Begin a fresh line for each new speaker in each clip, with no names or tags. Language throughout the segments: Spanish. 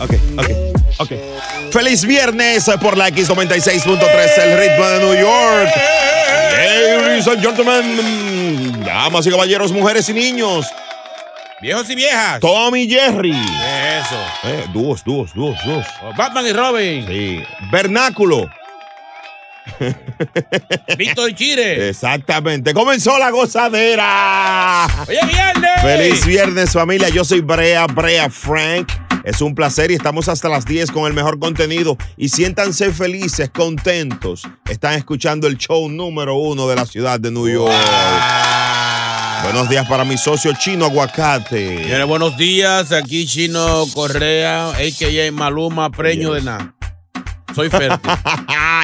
Ok, ok, ok. Feliz viernes por la X96.3, el ritmo de New York. Ladies and gentlemen, damas y caballeros, mujeres y niños.
Viejos y viejas.
Tommy y Jerry.
Eso.
Eh, dúos, dúos, dúos, dúos.
Batman y Robin.
Sí. Vernáculo.
Víctor y Chire.
Exactamente. Comenzó la gozadera.
Oye, viernes.
Feliz viernes, familia. Yo soy Brea, Brea Frank. Es un placer y estamos hasta las 10 con el mejor contenido. Y siéntanse felices, contentos. Están escuchando el show número uno de la ciudad de New York. Buenos días para mi socio chino aguacate.
Señores, buenos días. Aquí Chino Correa, AKA Maluma, preño de nada. Soy fértil.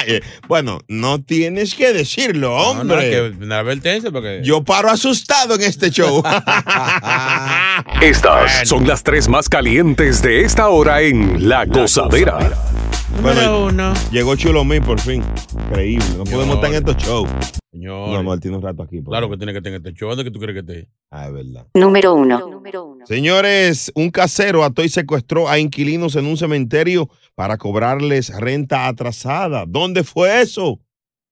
Eh, bueno, no tienes que decirlo,
No, no,
hombre.
que una advertencia porque.
Yo paro asustado en este show.
Estas son las tres más calientes de esta hora en La Gozadera.
Número uno.
Llegó Chulo Mí por fin. Increíble. No podemos estar en estos shows.
Señor.
No, Martín, un rato aquí. por
claro
favor.
que tiene que tener este show. ¿Dónde que tú crees que esté?
Ah, es verdad.
Número uno.
Señores, un casero ató y secuestró a inquilinos en un cementerio para cobrarles renta atrasada. ¿Dónde fue eso?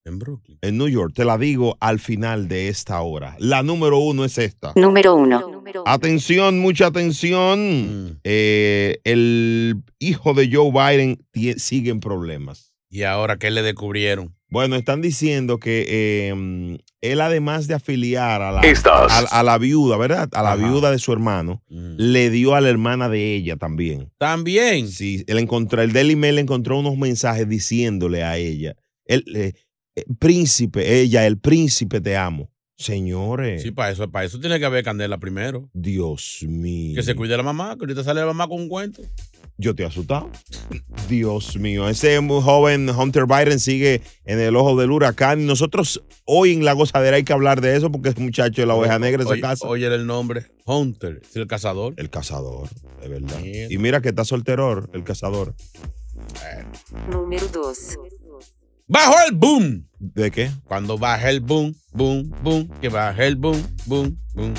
En Brooklyn.
En New York, te la digo al final de esta hora. La número uno es esta.
Número uno.
Atención, mucha atención.
Mm.
Eh, el hijo de Joe Biden tie- sigue en problemas.
Y ahora, ¿qué le descubrieron?
Bueno, están diciendo que eh, él además de afiliar a la,
Estas
a, a la viuda, ¿verdad? A la
Ajá.
viuda de su hermano,
Mm.
le dio a la hermana de ella también.
También.
Sí, él encontró, el Daily Mail encontró unos mensajes diciéndole a ella, el, eh, eh, príncipe, ella, el príncipe te amo. Señores,
Sí, para eso, para eso tiene que haber candela primero.
Dios mío.
Que se cuide la mamá, que ahorita sale la mamá con un cuento.
Yo te he asustado. Dios mío, ese muy joven Hunter Biden sigue en el ojo del huracán. Y nosotros hoy en La Gozadera hay que hablar de eso porque es muchacho de la oveja negra esa
Oye,
casa.
oye el nombre. Hunter, es el cazador.
El cazador, de verdad.
Mierda.
Y mira que está solteror, el cazador.
Número dos.
Bajo el boom.
¿De qué?
Cuando baja el boom, boom, boom, que baja el boom, boom, boom.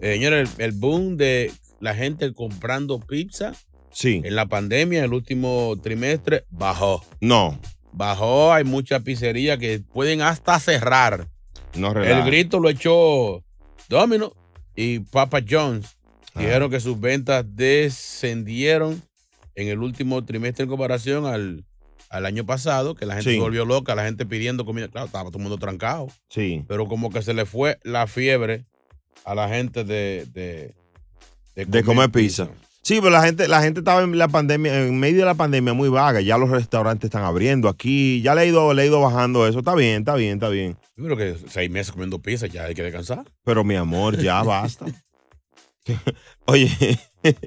Eh, señores, el, el boom de la gente comprando pizza
Sí.
en la pandemia, el último trimestre, bajó.
No,
Bajó, hay muchas pizzerías que pueden hasta cerrar.
no
El
relaja.
grito lo echó Domino y Papa John's.
Ah.
Dijeron que sus ventas descendieron en el último trimestre en comparación al, al año pasado, que la gente
Sí.
se volvió loca, la gente pidiendo comida. Claro, estaba todo el mundo trancado.
Sí.
Pero como que se le fue la fiebre a la gente de, de,
De comer pizza. Sí, pero la gente, la gente estaba en la pandemia, en medio de la pandemia muy vaga. Ya los restaurantes están abriendo aquí. Ya le he ido, le he ido bajando eso. Está bien, está bien, está bien.
Yo creo que seis meses comiendo pizza, ya hay que descansar.
Pero mi amor, ya basta. Oye,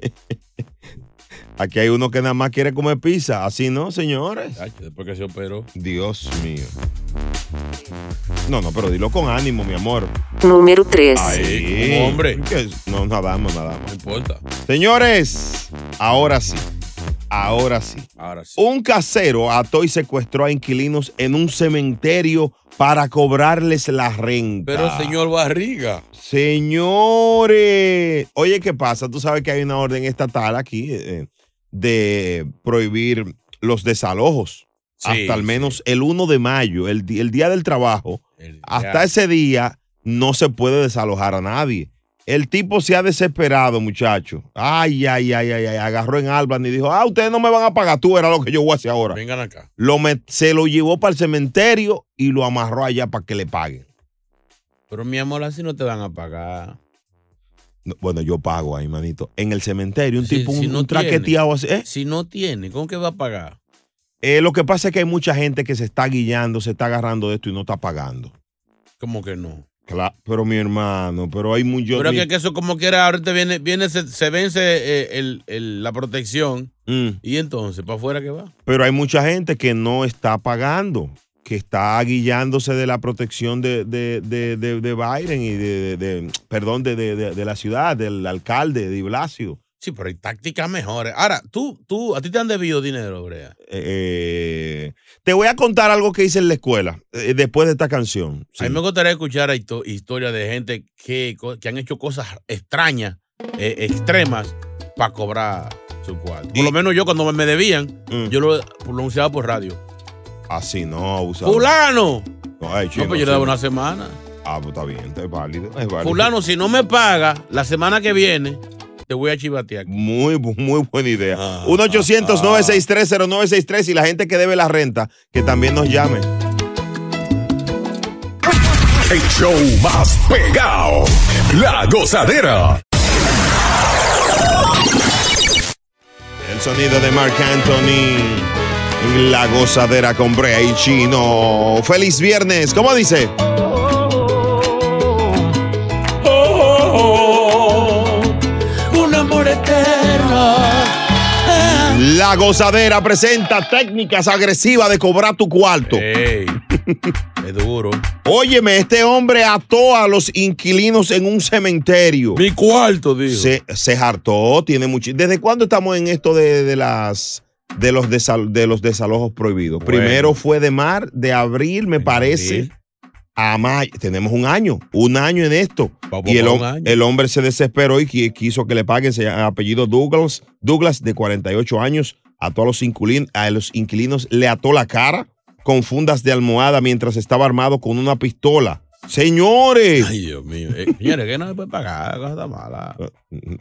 aquí hay uno que nada más quiere comer pizza. Así no, señores.
Chacho, Después que se operó.
Pues. Dios mío. No, no, pero dilo con ánimo, mi amor.
Número 3.
Ahí.
como hombre.
¿Qué? No, nada más, nada
No
más.
importa.
Señores, ahora sí. Ahora sí.
Ahora sí.
Un casero ató y secuestró a inquilinos en un cementerio para cobrarles la renta.
Pero señor Barriga.
Señores, oye, ¿qué pasa? Tú sabes que hay una orden estatal aquí eh, de prohibir los desalojos.
Sí,
hasta al menos el 1 de mayo, el, di- el día del trabajo.
El-
Hasta
ya.
ese día no se puede desalojar a nadie. El tipo se ha desesperado, muchacho. Ay, ay, ay, ay, ay. Agarró en Albany y dijo, ah, ustedes no me van a pagar tú, era lo que yo voy a hacer ahora.
Vengan acá.
Lo met- se lo llevó para el cementerio y lo amarró allá para que le paguen.
Pero mi amor, así no te van a pagar.
No, Bueno, yo pago ahí, manito. En el cementerio, un
Sí,
tipo, un,
si no
un
tiene.
traqueteado así. ¿eh?
Si no tiene, ¿con qué va a pagar?
Eh, lo que pasa es que hay mucha gente que se está guiando, se está agarrando de esto y no está pagando.
Como que no.
Claro, pero mi hermano, pero hay muchos.
Pero que, que eso como quiera, ahorita viene, viene se, se vence eh, el- el- la protección.
Mm.
Y entonces, ¿para afuera qué va?
Pero hay mucha gente que no está pagando, que está guiándose de la protección de, de, de- de- de Biden y de, de- de- perdón, de, de- de- de la ciudad, del alcalde de Blasio.
Sí, pero hay tácticas mejores. Ahora, tú, tú, a ti te han debido dinero, Brea.
Eh, te voy a contar algo que hice en la escuela eh, después de esta canción. Sí.
A mí me gustaría escuchar histo- historias de gente que, co- que han hecho cosas extrañas, eh, extremas, para cobrar su cuarto. Por
Y-
lo menos yo cuando me- me debían,
Mm.
yo lo pronunciaba por radio.
Así no, abusado.
¡Fulano!
No, ay,
No,
chino,
pues yo le
así
daba
no.
una semana.
Ah, pues está bien, es válido. Es válido.
Fulano, si no me paga la semana que viene, te voy a chivatear.
Muy, bu- muy buena idea.
Ah.
1-800-963-0963 y la gente que debe la renta, que también nos llame.
El show más pegado. La gozadera.
El sonido de Mark Anthony. La gozadera con Brea y Chino. Feliz viernes. ¿Cómo dice?
Un amor eterno.
La gozadera presenta técnicas agresivas de cobrar tu cuarto.
Ey, es duro.
Óyeme, este hombre ató a los inquilinos en un cementerio.
Mi cuarto, dijo.
Se, se hartó, tiene mucho. ¿Desde cuándo estamos en esto de, de las de los desal- de los desalojos prohibidos?
Bueno.
Primero fue de mar, de abril, me
En
parece.
abril.
A mayo. Tenemos un año, un año en esto.
Vamos
Y el,
pa' un
hom-
año.
el hombre se desesperó y qui- quiso que le paguen. Se llama- apellido Douglas, Douglas, de 48 años, ató a los, inculin- a los inquilinos, le ató la cara con fundas de almohada mientras estaba armado con una pistola. Señores,
Ay, Dios mío. Eh, señores, que no se puede pagar, cosa tan mala.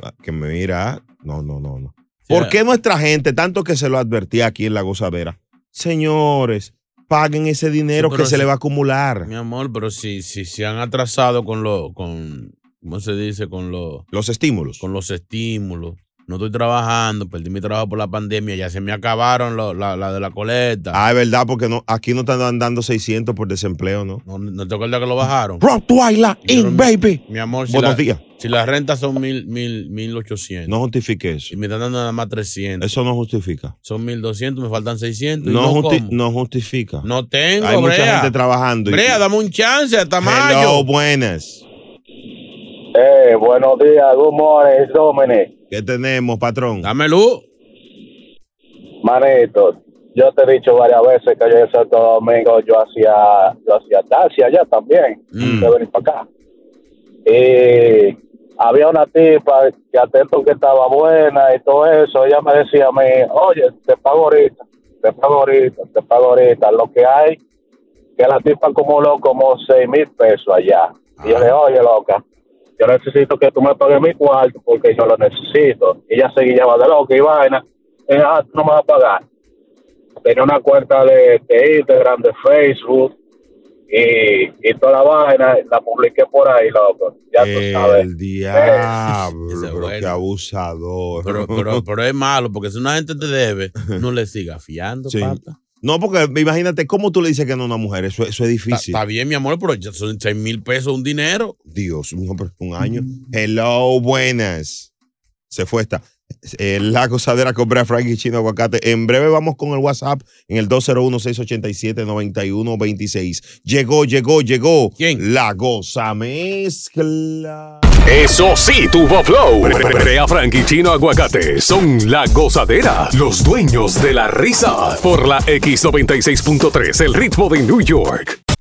Ah, que me mira. No, no, no, no. ¿Por qué nuestra gente, tanto que se lo advertía aquí en la gozadera? Señores, paguen ese dinero
Sí,
que
pero
se
sí.
le va a acumular.
Mi amor, pero si, si se han atrasado con los, con, ¿cómo se dice? Con los,
Los estímulos.
con los estímulos. No estoy trabajando, perdí mi trabajo por la pandemia, ya se me acabaron lo- la, la de la coleta.
Ah, es verdad, porque no, aquí no están dando 600 por desempleo, ¿no?
No, no te acuerdas que lo bajaron.
Rock Twilight
Pero
in,
mi-
baby.
Mi amor, si,
Buenos
la,
días.
si las rentas son mil, mil, mil ochocientos.
No justifique
Y
eso.
me están dando nada más 300.
Eso no justifica.
Son 1200, me faltan 600. y
No, justi-
como.
no justifica.
No tengo,
Hay mucha
Brea.
gente trabajando. y-
Brea, dame un chance hasta
Hello,
mayo.
buenas.
Eh, buenos días, good morning, it's Dominic.
¿Qué tenemos, patrón?
Dame luz.
Manito, yo te he dicho varias veces que yo en Santo Domingo yo hacía, yo hacía taxi allá también,
Mm.
de venir para acá. Y había una tipa que atento que estaba buena y todo eso, ella me decía a mí, oye, te pago ahorita, te pago ahorita, te pago ahorita. Lo que hay, que la tipa acumuló como seis mil pesos allá. Y yo le dije, oye, loca, yo necesito que tú me pagues mi cuarto porque yo lo necesito. Y ella se guiaba de loca y vaina. eh, ah, tú no me vas a pagar. Tenía una cuenta de, de Instagram, de Facebook y, y toda la vaina, la publiqué por ahí, loco. Ya tú sabes.
El diablo,
Ese
bro,
bueno.
qué abusador.
Pero, pero, pero es malo, porque si una gente te debe, no le sigas fiando,
Sí.
papá.
no, porque imagínate, ¿cómo tú le dices que no a una mujer? Eso, eso
Está
es difícil.
está bien, mi amor, pero ya son seis mil pesos un dinero.
Dios mío, pero un año. Hello, buenas. Se fue esta. Eh, la gozadera con Brea Frank y Chino Aguacate. En breve vamos con el WhatsApp en el 201-687-9126. Llegó, llegó, llegó.
¿Quién?
La goza mezcla.
Eso sí, tuvo flow. Brea Frank y Chino Aguacate son la gozadera, los dueños de la risa. Por la X96.3, el ritmo de New York.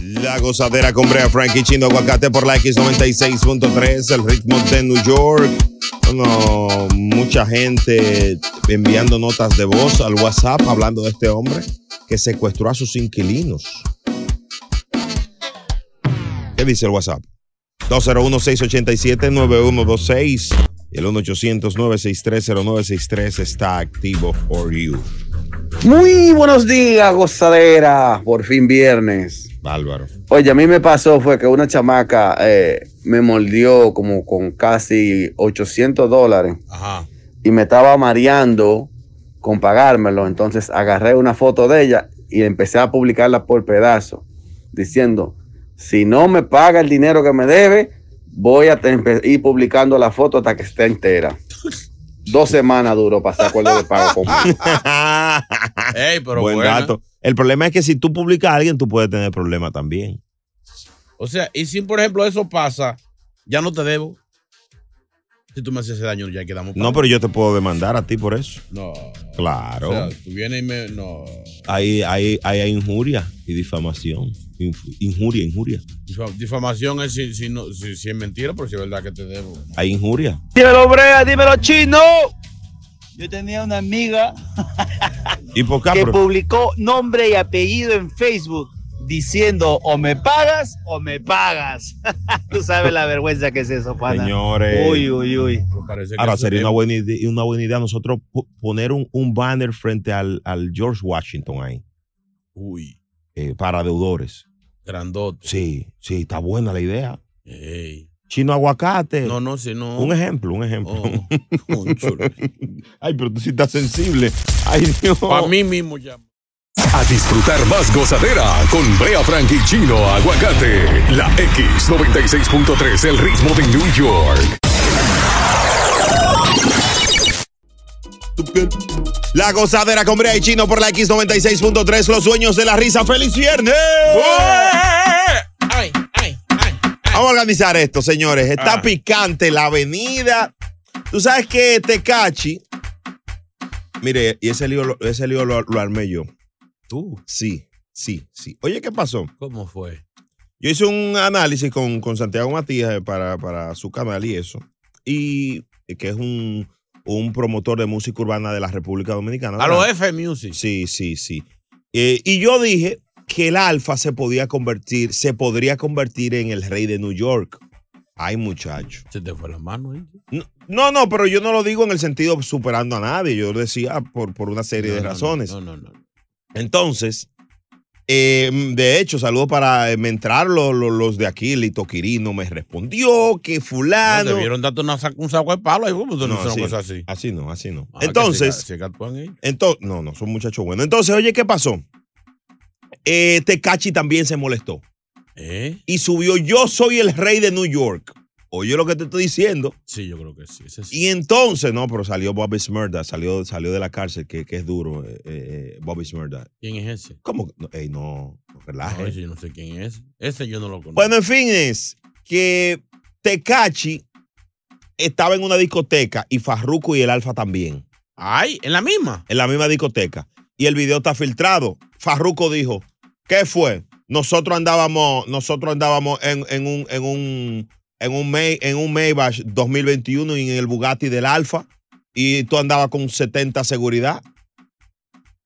La gozadera con Brea Frank y Chino Aguacate por la X96.3, el ritmo de New York. Bueno, mucha gente enviando notas de voz al WhatsApp hablando de este hombre que secuestró a sus inquilinos. ¿Qué dice el WhatsApp? 201-687-9126 y el 1-800-963-0963 está activo for you.
Muy buenos días, gozadera. Por fin viernes.
Bárbaro.
Oye, a mí me pasó fue que una chamaca eh, me mordió como con casi 800 dólares
Ajá.
y me estaba mareando con pagármelo. Entonces agarré una foto de ella y empecé a publicarla por pedazo, diciendo, si no me paga el dinero que me debe, voy a te- empe- ir publicando la foto hasta que esté entera. Dos semanas duró pasar acuerdo de pago conmigo.
Ey, pero
Buen
buena.
dato. El problema es que si tú publicas a alguien, tú puedes tener problemas también.
O sea, y si por ejemplo eso pasa, ya no te debo. Si tú me haces ese daño, ya quedamos.
No, pero yo te puedo demandar a ti por eso.
No.
Claro.
O sea, tú vienes y me. No.
ahí, ahí- ahí hay injuria y difamación. Inf- Injuria, injuria.
Difa- Difamación es si, si no, si, si es mentira, pero si es verdad que te debo.
Hay injuria.
Dímelo, Brea, dímelo, chino.
Yo tenía una amiga
¿Y por qué?
que
pero-
publicó nombre y apellido en Facebook diciendo o me pagas o me pagas. Tú sabes la vergüenza que es eso, pana.
Señores.
Uy, uy, uy.
Pero parece que
Ahora,
eso
sería
es-
una buena, idea, una buena idea nosotros po- poner un, un banner frente al, al George Washington ahí,
Uy,
eh, para deudores.
grandote.
Sí, sí, está buena la idea.
Ey.
Chino aguacate.
No, no, si no.
Un ejemplo, un ejemplo.
Oh, cónchale.
Ay, pero tú sí estás sensible. Ay, Dios.
Pa' mí mismo ya.
A disfrutar más gozadera con Brea Frank y Chino Aguacate. La X96.3, el ritmo de New York.
La gozadera con Brea y Chino por la X96.3, los sueños de la risa. ¡Feliz viernes!
Ay, Ah. ay, ay, ay.
Vamos a organizar esto, señores. Está picante la avenida. Tú sabes que este Tecachi. Mire, y ese lío, lo- ese lío lo, lo armé yo. ¿Tú? Sí, sí, sí. Oye, ¿qué pasó?
¿Cómo fue?
Yo hice un análisis con, con Santiago Matías eh, para, para su canal y eso. Y eh, que es un, un promotor de música urbana de la República Dominicana.
A lo
¿verdad?
F Music.
Sí, sí, sí. Eh, y yo dije que el Alfa se podía convertir, se podría convertir en el rey de New York. Ay, muchacho.
Se te fue la mano, ¿eh?
No, no, no, pero yo no lo digo en el sentido superando a nadie. Yo lo decía por, por una serie de
no, no,
razones.
no,
Entonces, eh, de hecho, saludo para eh, me entraron los, los- los de aquí, Lito Quirino me respondió que fulano.
Te vieron darte una sac- un saco de palo ahí, ¿cómo tú no,
Ah, No,
hicieron
así,
cosas así?
Así no, así no.
Ah, que
Entonces,
se- se actúan ahí.
entonces, no, no, son muchachos buenos. Entonces, oye, ¿qué pasó? Eh, Tecachi también se molestó.
¿Eh?
Y subió Yo soy el rey de New York. Oye lo que te estoy diciendo.
Sí, yo creo que sí. ese sí.
Y entonces, no, pero salió Bobby Smurda, salió, salió de la cárcel, que, que es duro, eh, eh, Bobby Smurda.
¿Quién es ese?
¿Cómo? No, ey, no, no relaje. Pues
No, ese yo no sé quién es. Ese yo no lo conozco.
Bueno, en fin, es que Tecachi estaba en una discoteca y Farruko y el Alfa también.
Ay, ¿en la misma?
En la misma discoteca. Y el video está filtrado. Farruko dijo, ¿qué fue? Nosotros andábamos, nosotros andábamos en, en un, en un, en un, May- en un Maybach 2021 y en el Bugatti del Alfa. Y tú andabas con 70 seguridad.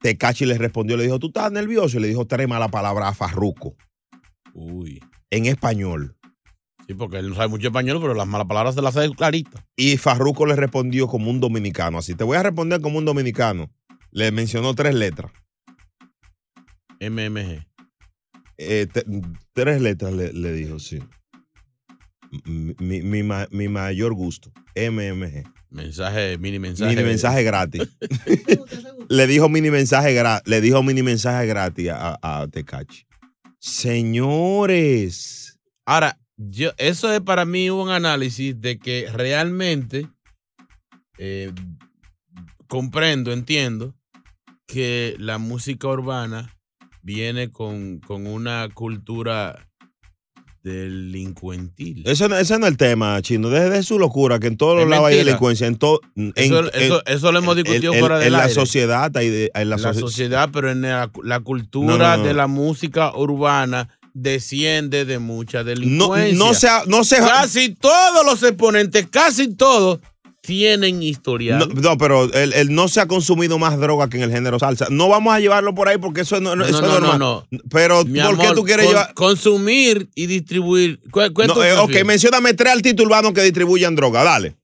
Tecachi le respondió, le dijo, ¿tú estás nervioso? Y le dijo tres malas palabras a Farruko.
Uy.
En español.
Sí, porque él no sabe mucho español, pero las malas palabras se las sabe clarito.
Y Farruko le respondió como un dominicano. Así te voy a responder como un dominicano. Le mencionó tres letras.
MMG.
Eh, te- tres letras le, le dijo, sí. Mi, mi- mi ma- mi mayor gusto. MMG.
Mensaje, mini mensaje.
Mini mensaje gratis. le dijo mini mensaje gratis. Le dijo mini mensaje gratis a, a Tecachi. Señores.
Ahora, yo, eso es para mí un análisis de que realmente eh, comprendo, entiendo que la música urbana viene con, con una cultura delincuentil.
Eso no, ese no es el tema, chino. Desde de su locura, que en todos
Es
los lados hay
mentira.
delincuencia. En todo en-
Eso-
en-
eso- eso lo hemos
en-
discutido
en-
fuera del
en la
aire.
sociedad. hay de- en la,
la
socie-
sociedad, pero en la, la cultura
No, no, no.
de la música urbana desciende de mucha delincuencia.
no se ha- no se ha-
Casi todos los exponentes, casi todos, tienen historial.
No, no, pero él, él no se ha consumido más droga que en el género salsa. No vamos a llevarlo por ahí porque eso, no,
No,
no, eso
no,
es
no,
normal.
no,
Pero,
Mi
¿por qué
amor,
tú quieres
con-
llevar?
Consumir y distribuir. ¿Cuál, cuál es
No,
tu
eh, ok,
perfil?
mencióname tres artistas urbanos que distribuyan droga, dale.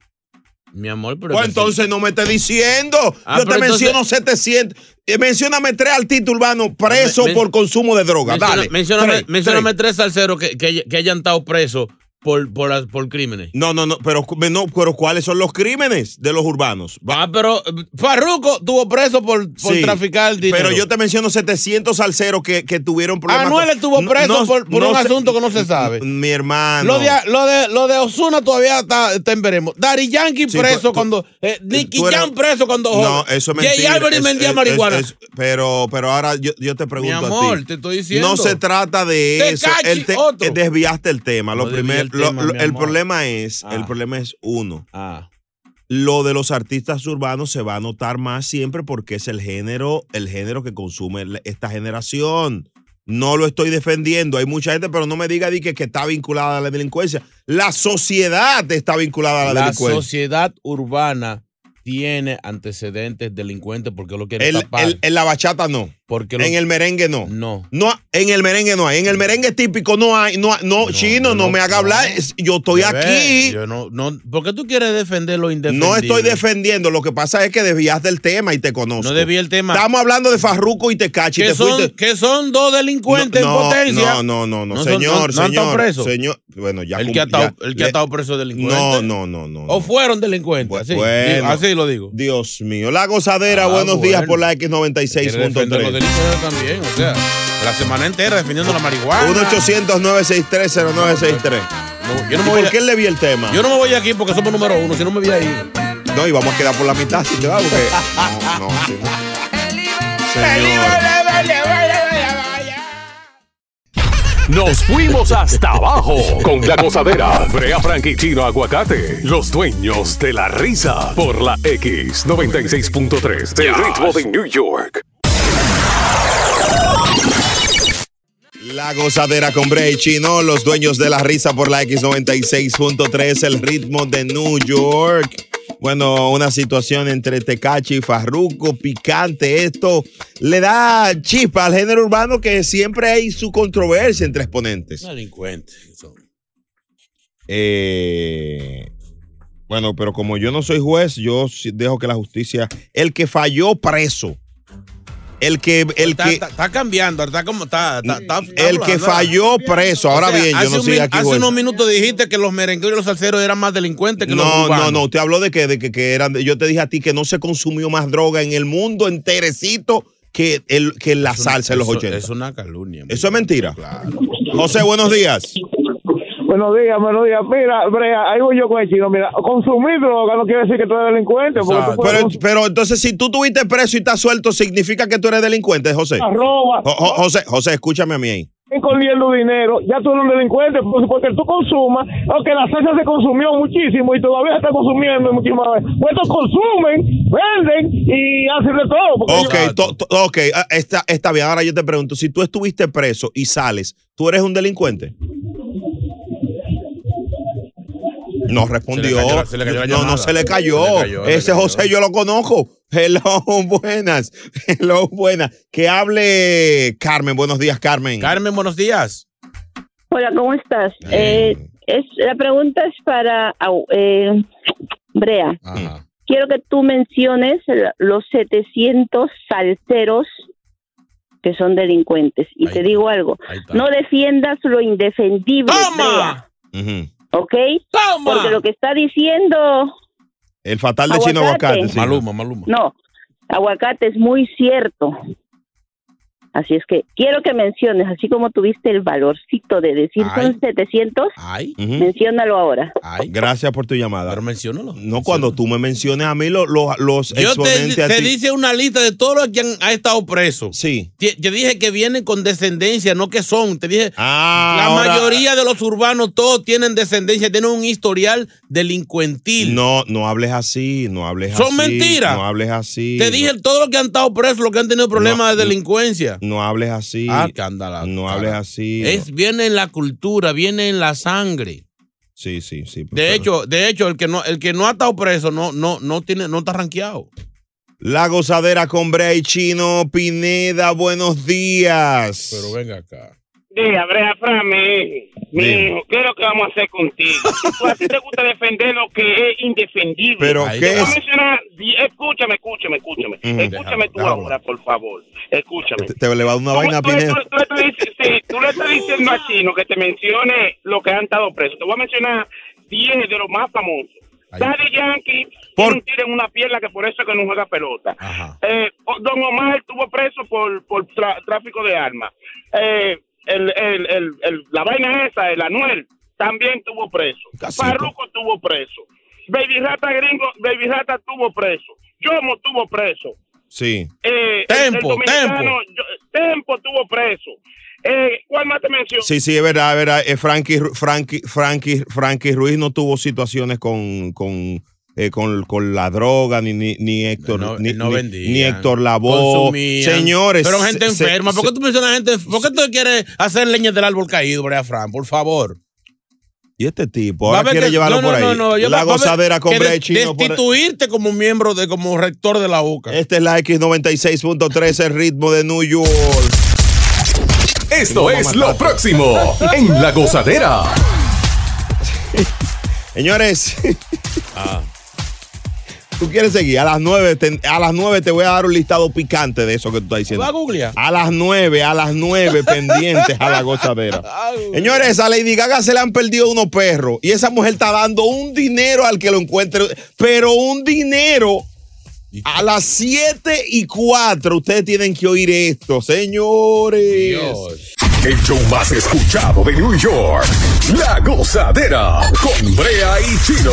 Mi amor, pero.
Pues
que sí.
entonces no me estés diciendo.
Ah,
Yo te
pero entonces-
menciono 700. Eh, mencióname tres artistas urbanos presos
men-
por consumo de droga,
Menciona-
dale.
Mencióname
Tres,
tres, mencióname tres salseros que, que- que hayan estado presos por, por, por crímenes.
No, no, no pero, cu- no, pero ¿cuáles son los crímenes de los urbanos?
Ah, pero Farruco estuvo preso por, por traficar dinero.
Pero yo te menciono 700 salseros que, que tuvieron problemas.
Anuel
con-
estuvo
No-
preso
no-
por, por
no
un
sé-
asunto que no se sabe.
Mi hermano.
Lo de, lo de, lo de Osuna todavía está, está en veremos. Dari Yankee
Sí,
preso
tú- tú-
cuando. eh, Nicky
tú eres-
Jam preso cuando.
No,
joven.
eso es
Jay
mentira.
Álvarez
Es-
vendía
es-
marihuana.
es- es- pero, pero ahora yo, yo te pregunto a
amor,
ti.
te estoy diciendo.
No se trata de
Te
eso.
cachi,
El te- eh,
otro.
desviaste el tema. Lo
No desvié
primer-
el
lo-
tema,
lo-
mi
el
amor.
problema es,
Ah.
el problema es uno.
Ah.
Lo de los artistas urbanos se va a notar más siempre porque es el género, el género que consume la- esta generación. No lo estoy defendiendo. Hay mucha gente, pero no me diga di que, que está vinculada a la delincuencia. La sociedad está vinculada a la,
la
delincuencia.
sociedad urbana tiene antecedentes delincuentes porque lo quiere
El-
tapar.
el- en la bachata no.
porque lo-
en el merengue no.
No.
No, en el merengue no hay. En el merengue típico no hay. No, no, chino, no, me haga hablar. Es- Yo estoy
Bebé,
aquí.
yo no, no, ¿Por qué tú quieres defender lo indefendible?
No estoy defendiendo. Lo que pasa es que desviaste el tema y te conozco.
No debí el tema.
Estamos hablando de Farruco y Tecachi.
que,
Te
son,
fuiste-
que son dos delincuentes
no,
en potencia.
No, no, no, no,
son-
señor,
no han estado
señor,
presos.
señor. Bueno, ya
El que ha
cum- ya-
estado, el que ha
le-
estado preso es delincuente. Oh,
No, no, no, no.
O fueron delincuentes. así,
bueno.
así lo digo.
Dios mío. La gozadera,
Ah,
buenos días
bueno.
por la
Quiere defender los
X96.3.
delincuentes también. O sea, la semana entera defendiendo la marihuana.
1 800 963
No, yo no me
¿Y
voy
por
a-
qué él le vi el tema?
Yo no me voy aquí porque somos número uno, si no me voy a ir.
No, y vamos a quedar por la mitad si te va, porque. No, no, sí, no. Señor.
Nos fuimos hasta abajo con la gozadera. Brea Frank y Chino Aguacate, los dueños de la risa. Por la X96.3, el ritmo de New York.
La gozadera con Brea y Chino, los dueños de la risa por la X96.3, el ritmo de New York. Bueno, una situación entre Tecachi y Farruco, picante. Esto le da chispa al género urbano que siempre hay su controversia entre exponentes.
Delincuente. que son.
Eh, bueno, pero como yo no soy juez, yo sí dejo que la justicia. El que falló preso. El que. El
Está,
que
está- está cambiando, está como está. está- está- está
Mm, el que
hablando.
falló preso. Ahora
O sea,
bien, yo
hace
no
un
soy
min-
aquí
Hace
juez.
unos minutos dijiste que los merengueros y los salseros eran más delincuentes que los
No,
urbanos.
no, no. Usted habló de que, de que, que eran. Yo te dije a ti que no se consumió más droga en el mundo enterecito que, el, que la salsa en los
eso-
80.
Es una calumnia.
Eso es mentira. José, buenos días.
Buenos días, buenos días. Mira, Brea, ahí voy yo con el chino. Mira, consumir droga no quiere decir que tú eres delincuente. Porque tú puedes
Pero, pero entonces, si tú tuviste preso y estás suelto, ¿significa que tú eres delincuente, José?
Ah, roba.
Jo- jo- José, José, escúchame a mí ahí.
consumir corriendo dinero. Ya tú eres un delincuente pues, porque tú consumas. Aunque la salsa se consumió muchísimo y todavía está consumiendo muchísimas veces. Pues estos consumen, venden y hacen de todo. porque
Ok,
ellos-
to- to- ok, ah, está, está bien. Ahora yo te pregunto, si tú estuviste preso y sales, ¿tú eres un delincuente? No respondió.
Se le cayó la- se le cayó la
no, no
llamada.
se le cayó.
Se le cayó, se le
Ese José yo lo conozco. Hello, buenas. Hello, buenas. Que hable Carmen. Buenos días, Carmen.
Carmen, buenos días.
Hola, ¿cómo estás? Eh, es, la pregunta es para au- eh, Brea. Quiero que tú menciones la- los 700 salteros que son delincuentes. Y te digo algo, no defiendas lo indefendible,
Ujú.
Brea, ¿ok? Porque lo que está diciendo,
El fatal de Chino
Aguacate.
Aguacate. sí.
Maluma, Maluma.
no, aguacate es muy cierto. Así es que quiero que menciones, así como tuviste el valorcito de decir son 700,
Ujú.
menciónalo ahora.
Gracias por tu llamada. Pero
menciónalo.
No, cuando tú me menciones a mí lo- lo- los
Yo te,
exponentes a
te
ti.
dice una lista de todos los que han, ha estado presos.
Sí.
Yo dije que vienen con descendencia, no que son. Te dije, la
Ah, ahora-
mayoría de los urbanos todos tienen descendencia, tienen un historial delincuentil.
No, no hables así, no hables así.
Son mentiras.
No hables así.
te dije todos los que han estado presos, los que han tenido problemas de
No,
delincuencia.
No hables así.
Ah, cándala.
No hables así.
Es, viene en la cultura, viene en la sangre.
Sí, sí, sí.
De hecho, de hecho, el que no, el que no ha estado preso no, no, no tiene, no está rankeado.
La gozadera con Brea y Chino Pineda, buenos días.
Pero venga acá.
Diga, Brea Fran, mi hijo, mi
Dime.
hijo, ¿qué es lo que vamos a hacer contigo? Si tú a ti te gusta defender lo que es indefendible.
Pero,
Te
¿qué
voy a
es?
mencionar- di- escúchame, escúchame, escúchame.
Mm.
Escúchame tú
Déjalo,
ahora, por favor. Escúchame.
Te le va a dar una vaina a
tú, tú-
Pineda.
tú- tú le estás dic- sí, tú le estás diciendo a Chino que te mencione lo que han estado presos. Te voy a mencionar 10 de los más famosos. Daddy Yankee tiene un tiro en una pierna que por eso es que no juega pelota. Eh, o- Don Omar estuvo preso por, por tra- tráfico de armas. Eh, el- el- el- el- la vaina esa, el Anuel, también estuvo preso. Farruko estuvo preso. Baby Rata Gringo, Baby Rata estuvo preso. Yomo estuvo preso.
Sí.
Eh,
Tempo,
dominicano, yo- Tempo estuvo preso. Eh, ¿Cuál más te menciono?
Sí, sí, es verdad, es verdad. Eh, Frankie, Ru- Frankie, Frankie, Frankie Ruiz no tuvo situaciones con, con, eh, con, con la droga, ni, ni, ni Héctor, ni,
no
ni-
vendían,
ni Héctor Lavoe.
Consumían.
Señores.
Pero gente
se- se-
enferma. ¿Por qué tú mencionas gente? ¿Por qué tú quieres hacer leñas del árbol caído, Brea Fran? Por favor.
Y este tipo,
Va a
ahora
haber
quiere
que-
llevarlo
no, no,
por ahí.
no, no, yo- va
la
a haber
gozadera con
que
Brea
de-
y Chino. por-
Destituirte como miembro, de, como rector de la UCA.
Esta es la X96.3, el ritmo de New York.
Esto es lo próximo en La Gozadera.
Señores.
Ah.
Tú quieres seguir. A las 9 te, a las 9 te voy a dar un listado picante de eso que tú estás diciendo.
¿Va a googlear?
A las 9, a las 9 pendientes a la gozadera. Señores, a Lady Gaga se le han perdido unos perros y esa mujer está dando un dinero al que lo encuentre, pero un dinero a las 7 y 4. Ustedes tienen que oír esto, señores.
El show más escuchado de New York. La Gozadera con Brea y Chino.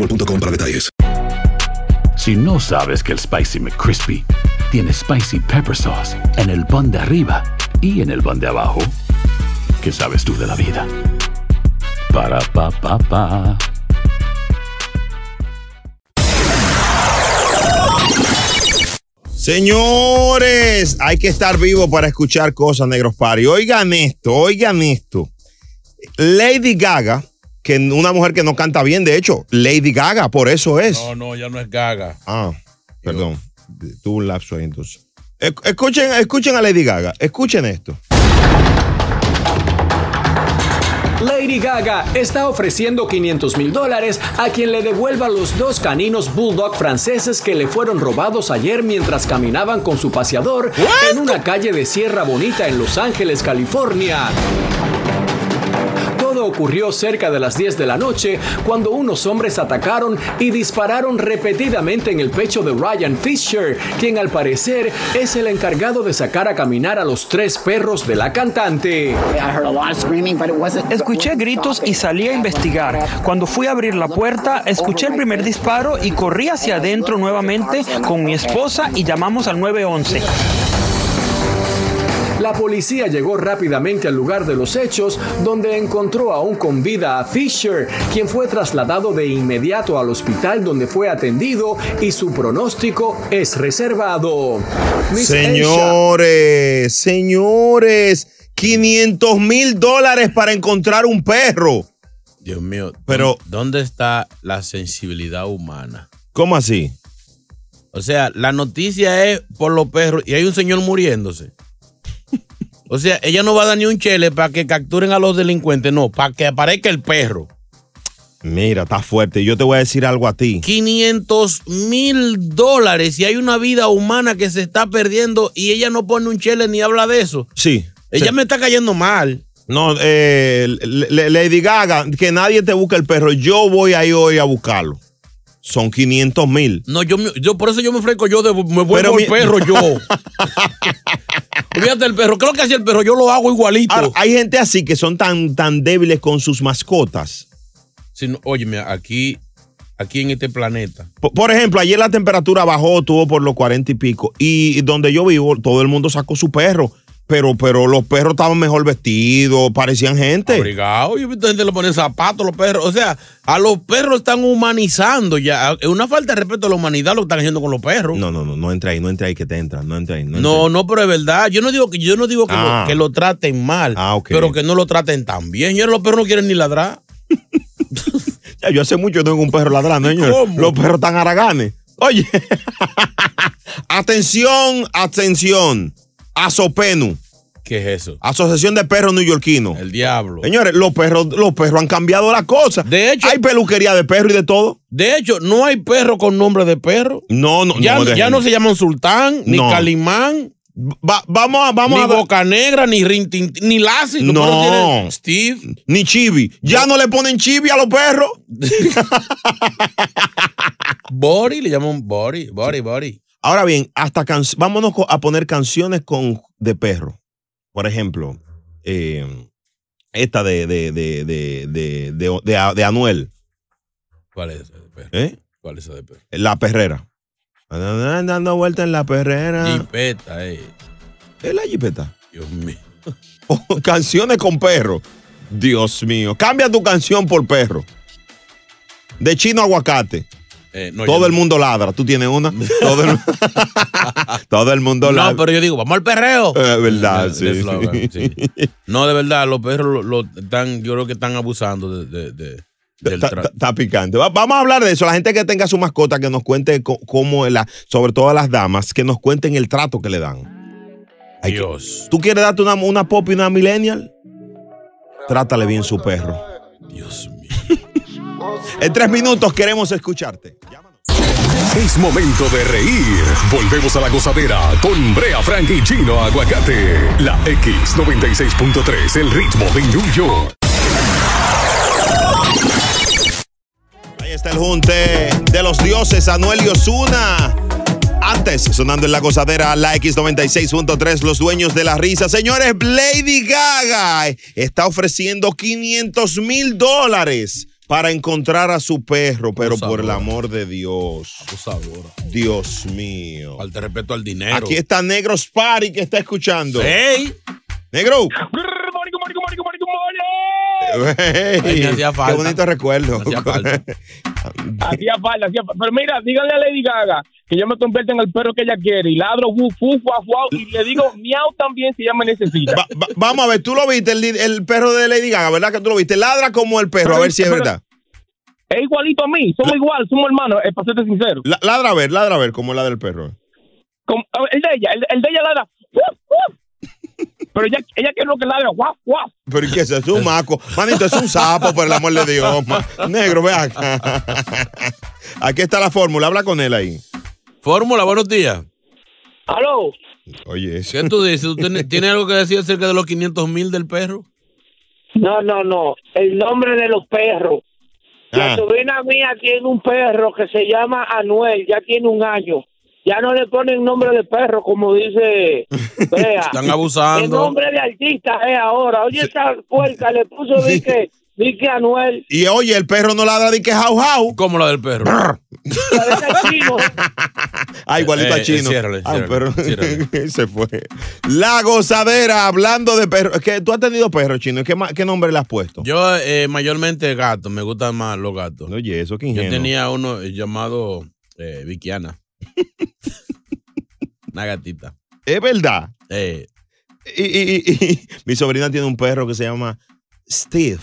para detalles.
Si no sabes que el Spicy McCrispy tiene Spicy Pepper Sauce en el pan de arriba y en el pan de abajo, ¿qué sabes tú de la vida? Para, pa, pa, pa.
Señores, hay que estar vivo para escuchar cosas, negros pari. Oigan esto, oigan esto. Lady Gaga, que una mujer que no canta bien, de hecho, Lady Gaga, por eso es.
No, no, ya no es gaga.
Ah, perdón. Tuve un lapso ahí entonces. Esc- Escuchen, escuchen a Lady Gaga. Escuchen esto.
Lady Gaga está ofreciendo 500 mil dólares a quien le devuelva los dos caninos bulldog franceses que le fueron robados ayer mientras caminaban con su paseador en una calle de Sierra Bonita en Los Ángeles, California. Todo ocurrió cerca de las 10 de la noche cuando unos hombres atacaron y dispararon repetidamente en el pecho de Ryan Fisher, quien al parecer es el encargado de sacar a caminar a los tres perros de la cantante.
Escuché gritos y salí a investigar. Cuando fui a abrir la puerta, escuché el primer disparo y corrí hacia adentro nuevamente con mi esposa y llamamos al 911.
La policía llegó rápidamente al lugar de los hechos, donde encontró aún con vida a Fisher, quien fue trasladado de inmediato al hospital donde fue atendido y su pronóstico es reservado. Miss
Señores, señores, 500 mil dólares para encontrar un perro.
Dios mío.
Pero-
¿Dónde está la sensibilidad humana?
¿Cómo así?
O sea, la noticia es por los perros y hay un señor muriéndose. O sea, ella no va a dar ni un chele para que capturen a los delincuentes, no, para que aparezca el perro.
Mira, está fuerte. Yo te voy a decir algo a ti.
500 mil dólares y hay una vida humana que se está perdiendo y ella no pone un chele ni habla de eso.
Sí.
Ella me está cayendo mal.
No, eh, le- le- Lady Gaga, que nadie te busque el perro. Yo voy ahí hoy a buscarlo. Son 500 mil.
No, yo, me- yo por eso yo me ofrezco yo, de, me
Pero
vuelvo el
mi-
perro yo. Olvídate del perro, ¿qué es lo que hacía el perro? Yo lo hago igualito.
Ahora, hay gente así que son tan, tan débiles con sus mascotas.
Si no- óyeme, aquí, aquí en este planeta.
Por, por ejemplo, ayer la temperatura bajó, tuvo por los 40 y pico. Y donde yo vivo, todo el mundo sacó su perro. Pero, pero los perros estaban mejor vestidos, parecían gente.
Obligado, yo he visto gente le pone zapatos a los perros. O sea, a los perros están humanizando ya. Es una falta de respeto a la humanidad lo que están haciendo con los perros.
No, no, no, no entra ahí, no entra ahí que te entran, no entra ahí. No,
No, no, pero es verdad. Yo no digo que yo no digo que,
Ah.
lo, que lo traten mal, pero que no lo traten tan bien. Señores, los perros no quieren ni ladrar.
Ya, yo hace mucho tengo un perro ladrando, señor.
cómo?
Los perros tan haraganes. Oye, atención, atención. Azopenu,
¿Qué es eso?
Asociación de Perros Neoyorquinos.
El diablo.
Señores, los perros, los perros han cambiado la cosa.
De hecho,
hay peluquería de perro y de todo.
De hecho, no hay ¿Este perro con nombre de perro.
No, no,
ya,
no.
ya
déjenme.
no se llaman Sultán, ni
No.
Calimán,
Va- vamos a. Vamos
ni
a dar-
Boca Negra, ni Rin Tin- ni Lassie. que por eso
No.
tienen Steve.
Ni chibi. Ya no le ponen chibi a los perros.
Bori, le llaman Bori, Bori, Bori.
Ahora bien, hasta can- vámonos co- a poner canciones con de perro. Por ejemplo, eh, esta de, de, de, de, de, de, de- de Anuel,
¿Cuál es esa de perro?
¿eh?
¿Cuál es esa de perro?
La perrera. Andan Dando vueltas en la perrera.
Peta, eh.
Es la jipeta. Oh,
Dios mío.
Canciones con perro. Dios mío. Cambia tu canción por perro. De chino a aguacate.
Eh, no,
Todo
yo
el mundo ladra. ¿Tú tienes una? Todo el, Todo el mundo
No,
ladra.
pero yo digo, vamos al perreo.
Es verdad,
De-
sí.
de slogan, sí. No, de verdad, los perros lo, lo están, yo creo que están abusando de, de- de- del
Está,
tra-
está- está picante. Va- vamos a hablar de eso. La gente que tenga su mascota, que nos cuente co- cómo, es la, sobre todo a las damas, que nos cuenten el trato que le dan. Hay que- ¿Tú quieres darte una, una pop y una millennial? Trátale bien su perro. Dios mío. en tres minutos queremos escucharte.
Es momento de reír. Volvemos a la gozadera con Brea Frank y Chino Aguacate. La X96.3, el ritmo de New York.
Ahí está el junte de los dioses, Anuel y Osuna. Antes, sonando en la gozadera, la X96.3, los dueños de la risa. Señores, Lady Gaga está ofreciendo 500 mil dólares para encontrar a su perro, pero por el amor de Dios. Dios mío.
Falta de respeto al dinero.
Aquí está Negro Spari que está escuchando.
¡Ey!
¡Negro!
Ay, me hacía
¡Qué
falta.
bonito recuerdo!
Hacía falta, hacía falta. Pero mira, díganle a Lady Gaga que yo me convierta en el perro que ella quiere y ladro, fu, fu, fuá, fuá, y le digo miau también si ella me necesita.
Va- vamos a ver, tú lo viste, el, el perro de Lady Gaga, ¿verdad? Que tú lo viste. Ladra como el perro, a ver si es verdad.
Es igualito a mí, somos igual, somos hermanos, es para serte sincero.
La- ladra a ver, ladra a ver cómo ladra el perro.
Como- a ver, ah, el de ella, el, el de ella ladra. fuá, fuá. Pero ella, ella quiere lo que ladra, guau, guau.
Pero ¿y qué es eso? Es un maco. Manito, es un sapo, por el amor de Dios. ma. Negro, ve acá. Aquí está la fórmula, habla con él ahí.
Fórmula, buenos días.
¡Aló!
Oye, eso.
¿Qué tú dices? ¿Tú tienes, tienes algo que decir acerca de los 500 mil del perro?
No, no, no. El nombre de los perros. La
Ah.
sobrina mía tiene un perro que se llama Anuel, ya tiene un año. Ya no le ponen nombre de perro, como dice. Bea.
Están abusando.
El nombre de artista es ahora. Oye, esta puerta le puso, di que, di que Anuel.
Y oye, el perro no ladra, di que jau jau.
¿Cómo la del perro?
parece chino.
Ah, igualito
Eh,
a Chino.
eh, ciérrale,
Ah,
ciérrale,
pero- se fue. La gozadera, hablando de perros. Es que tú has tenido perro, Chino. ¿Qué, ma- qué nombre le has puesto?
Yo eh, mayormente gato, me gustan más los gatos.
Oye, eso que
Yo
ingenuo.
tenía uno eh, llamado eh, Vikiana. Una gatita.
Es verdad.
Eh,
Y, y- y- y- mi sobrina tiene un perro que se llama Steve.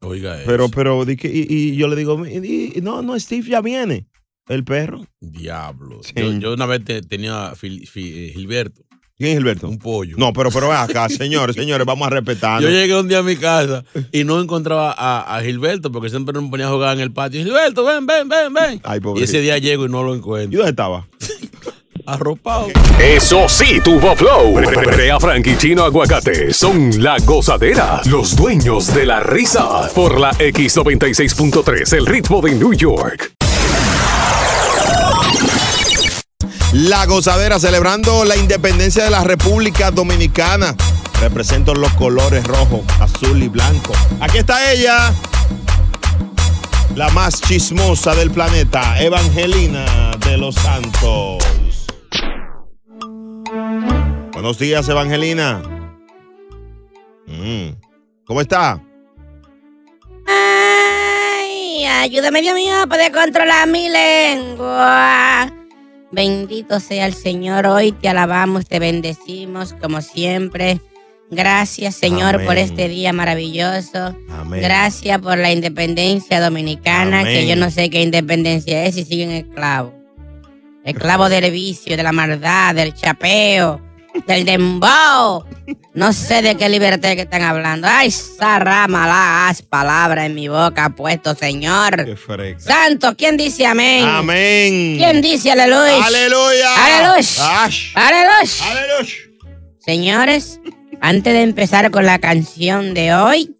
oiga, eh,
Pero, pero, di que- y, y yo le digo, y- y- no, no, Steve ya viene. El perro.
diablo. Yo, yo una vez te- tenía Fil- Fi- eh, Gilberto.
¿Quién es Gilberto?
Un pollo.
No, pero, pero ven acá, señores, señores, vamos a respetar.
Yo llegué un día a mi casa y no encontraba a, a Gilberto porque siempre me ponía a jugar en el patio. Gilberto, ven, ven, ven, ven.
Ay,
y ese día llego y no lo encuentro. ¿Y
dónde estaba?
Arropado.
Eso sí, tuvo flow. Brea Frank y Chino Aguacate son la gozadera, los dueños de la risa. Por la X96.3, el ritmo de New York.
La gozadera celebrando la independencia de la República Dominicana. Represento los colores rojo, azul y blanco. Aquí está ella, la más chismosa del planeta, Evangelina de los Santos. Buenos días, Evangelina. Mm, ¿Cómo está?
Ay, ayúdame, Dios mío, a poder controlar mi lengua. Bendito sea el Señor, hoy te alabamos, te bendecimos como siempre. Gracias, Señor, por
Amén.
este día maravilloso.
Amén.
Gracias por la independencia dominicana,
Amén.
que yo no sé qué independencia es y siguen esclavos. Esclavos del vicio, de la maldad, del chapeo, del dembow. No sé de qué libertad que están hablando. Ay, Sarra, malas palabras en mi boca ha puesto, Señor. Santo, ¿quién dice amén?
Amén.
¿Quién dice aleluya?
Aleluya.
Aleluya.
Ash.
Aleluya.
Aleluya.
Señores, antes de empezar con la canción de hoy,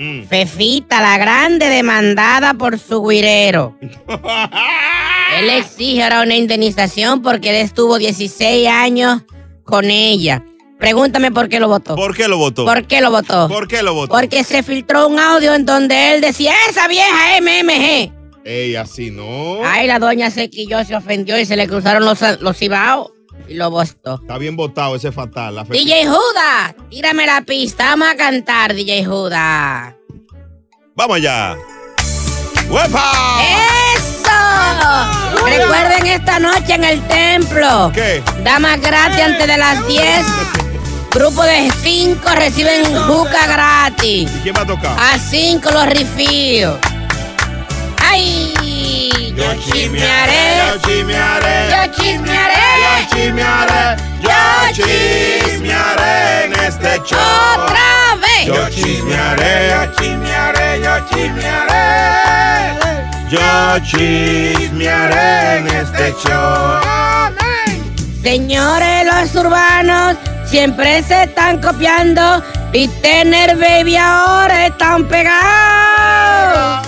Mm.
Fefita, la grande demandada por su guirero. él exige ahora una indemnización porque él estuvo 16 años con ella. Pregúntame por qué lo votó.
¿Por qué lo votó?
¿Por qué lo votó?
¿Por qué lo votó?
Porque se filtró un audio en donde él decía, esa vieja MMG.
Ey, así no.
Ay, la doña se quilló, se ofendió y se le cruzaron los, los cibaos y lo votó.
Está bien votado ese fatal. la fe-
DJ Judas, tírame la pista, vamos a cantar, DJ Judas.
Vamos allá. ¡Huepa!
¡Eso! Recuerden esta noche en el templo. ¿Qué? Damas gratis antes de las 10. Grupo de 5 reciben buca gratis.
¿Y quién va a tocar?
A 5 los rifíos. ¡Ay! Yo chismearé.
Yo chismearé.
Yo chismearé.
Yo chismearé. Yo chismearé en este show.
¡Otra vez!
Yo chismearé. Yo chismearé. Yo chismearé. Yo chismearé en este show.
Señores, los urbanos siempre se están copiando y tener baby ahora están pegados.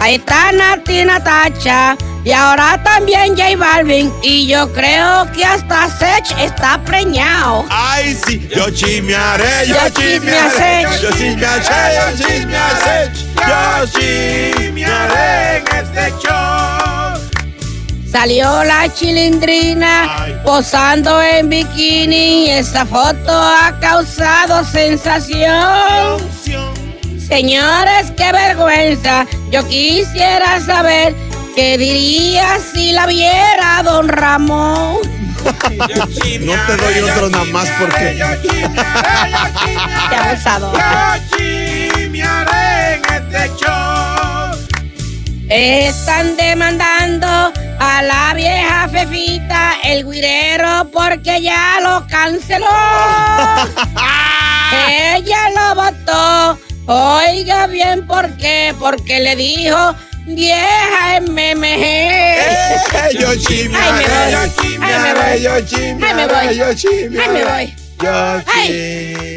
Ahí está Nati Natacha y ahora también J Balvin y yo creo que hasta Sech está preñado.
Ay, sí. Yo chismearé. Yo
Yo
chismearé.
chismearé.
Yo chismearé. Yo chismearé. Yo chismearé en este show.
Salió la chilindrina posando en bikini y esa foto ha causado sensación. Señores, qué vergüenza. Yo quisiera saber qué diría si la viera don Ramón.
No te doy otro nada más porque.
Qué abusador.
este
Están demandando a la vieja Fefita, el guirero, porque ya lo canceló. Ella lo votó. Oiga bien por qué, porque le dijo vieja MMG.
¡Eh, Yo
Ay,
chismearé,
me voy.
yo chismearé, yo chismearé,
Ay, me voy.
yo chismearé.
Ay, me voy.
Yo
Ay,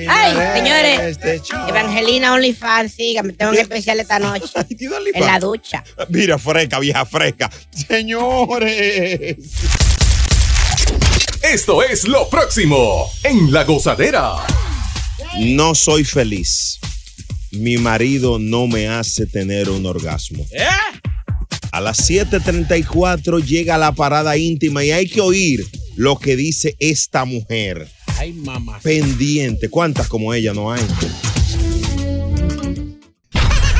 ay,
chismearé
señores.
este show.
Evangelina OnlyFans, sígame, tengo un especial esta noche. en la ducha.
Mira, fresca, vieja fresca. Señores.
Esto es lo próximo en La Gozadera.
No soy feliz. Mi marido no me hace tener un orgasmo.
¿Eh?
A las 7:34 llega la parada íntima y hay que oír lo que dice esta mujer.
Ay, mamá.
Pendiente. ¿Cuántas como ella no hay?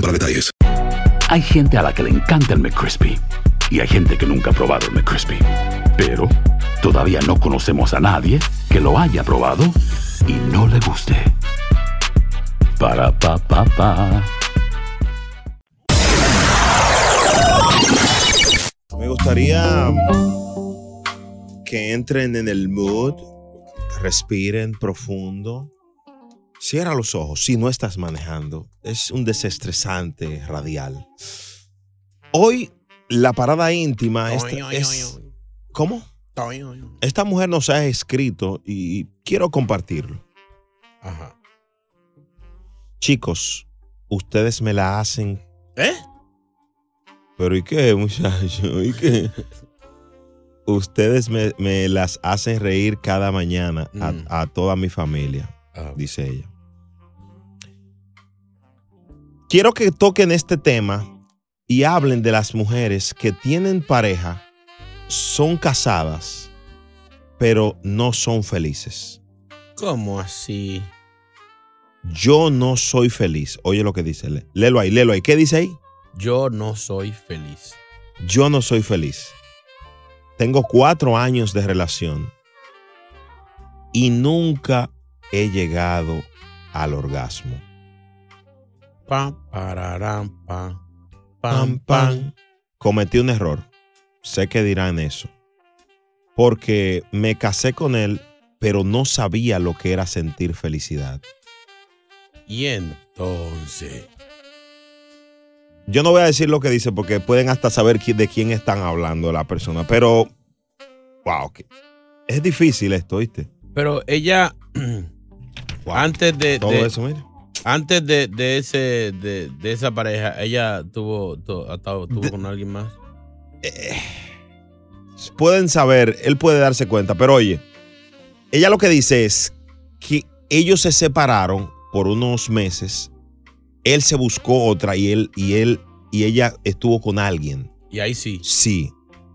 para detalles.
Hay gente a la que le encanta el McCrispy y hay gente que nunca ha probado el McCrispy. Pero todavía no conocemos a nadie que lo haya probado y no le guste. Para pa pa pa.
Me gustaría que entren en el mood, respiren profundo, Cierra los ojos si no estás manejando. Es un desestresante radial. Hoy la parada íntima esta- es... ¿Cómo? Esta mujer nos ha escrito y quiero compartirlo.
Ajá.
Chicos, ustedes me la hacen.
¿Eh?
Pero ¿y qué, muchacho? ¿Y qué? Ustedes me, me las hacen reír cada mañana a-
Mm.
a, toda mi familia,
Ah,
dice ella. Quiero que toquen este tema y hablen de las mujeres que tienen pareja, son casadas, pero no son felices.
¿Cómo así?
Yo no soy feliz. Oye lo que dice. lé- Léelo ahí, léelo ahí. ¿Qué dice ahí?
Yo no soy feliz.
Yo no soy feliz. Tengo cuatro años de relación y nunca he llegado al orgasmo.
Pam, pararam, pam.
Pam, pam. Cometí un error. Sé que dirán eso. Porque me casé con él, pero no sabía lo que era sentir felicidad.
Y entonces.
Yo no voy a decir lo que dice porque pueden hasta saber qui- de quién están hablando la persona, pero. Wow, que- es difícil esto, ¿viste?
Pero ella. antes de.
Todo
de-
eso, mira.
Antes de, de ese, de, de esa pareja, ella tuvo, tu- ha estado- tuvo con alguien más.
Eh. Pueden saber, él puede darse cuenta, pero oye, ella lo que dice es que ellos se separaron por unos meses, él se buscó otra y él, y él, y ella estuvo con alguien.
Y ahí sí.
Sí,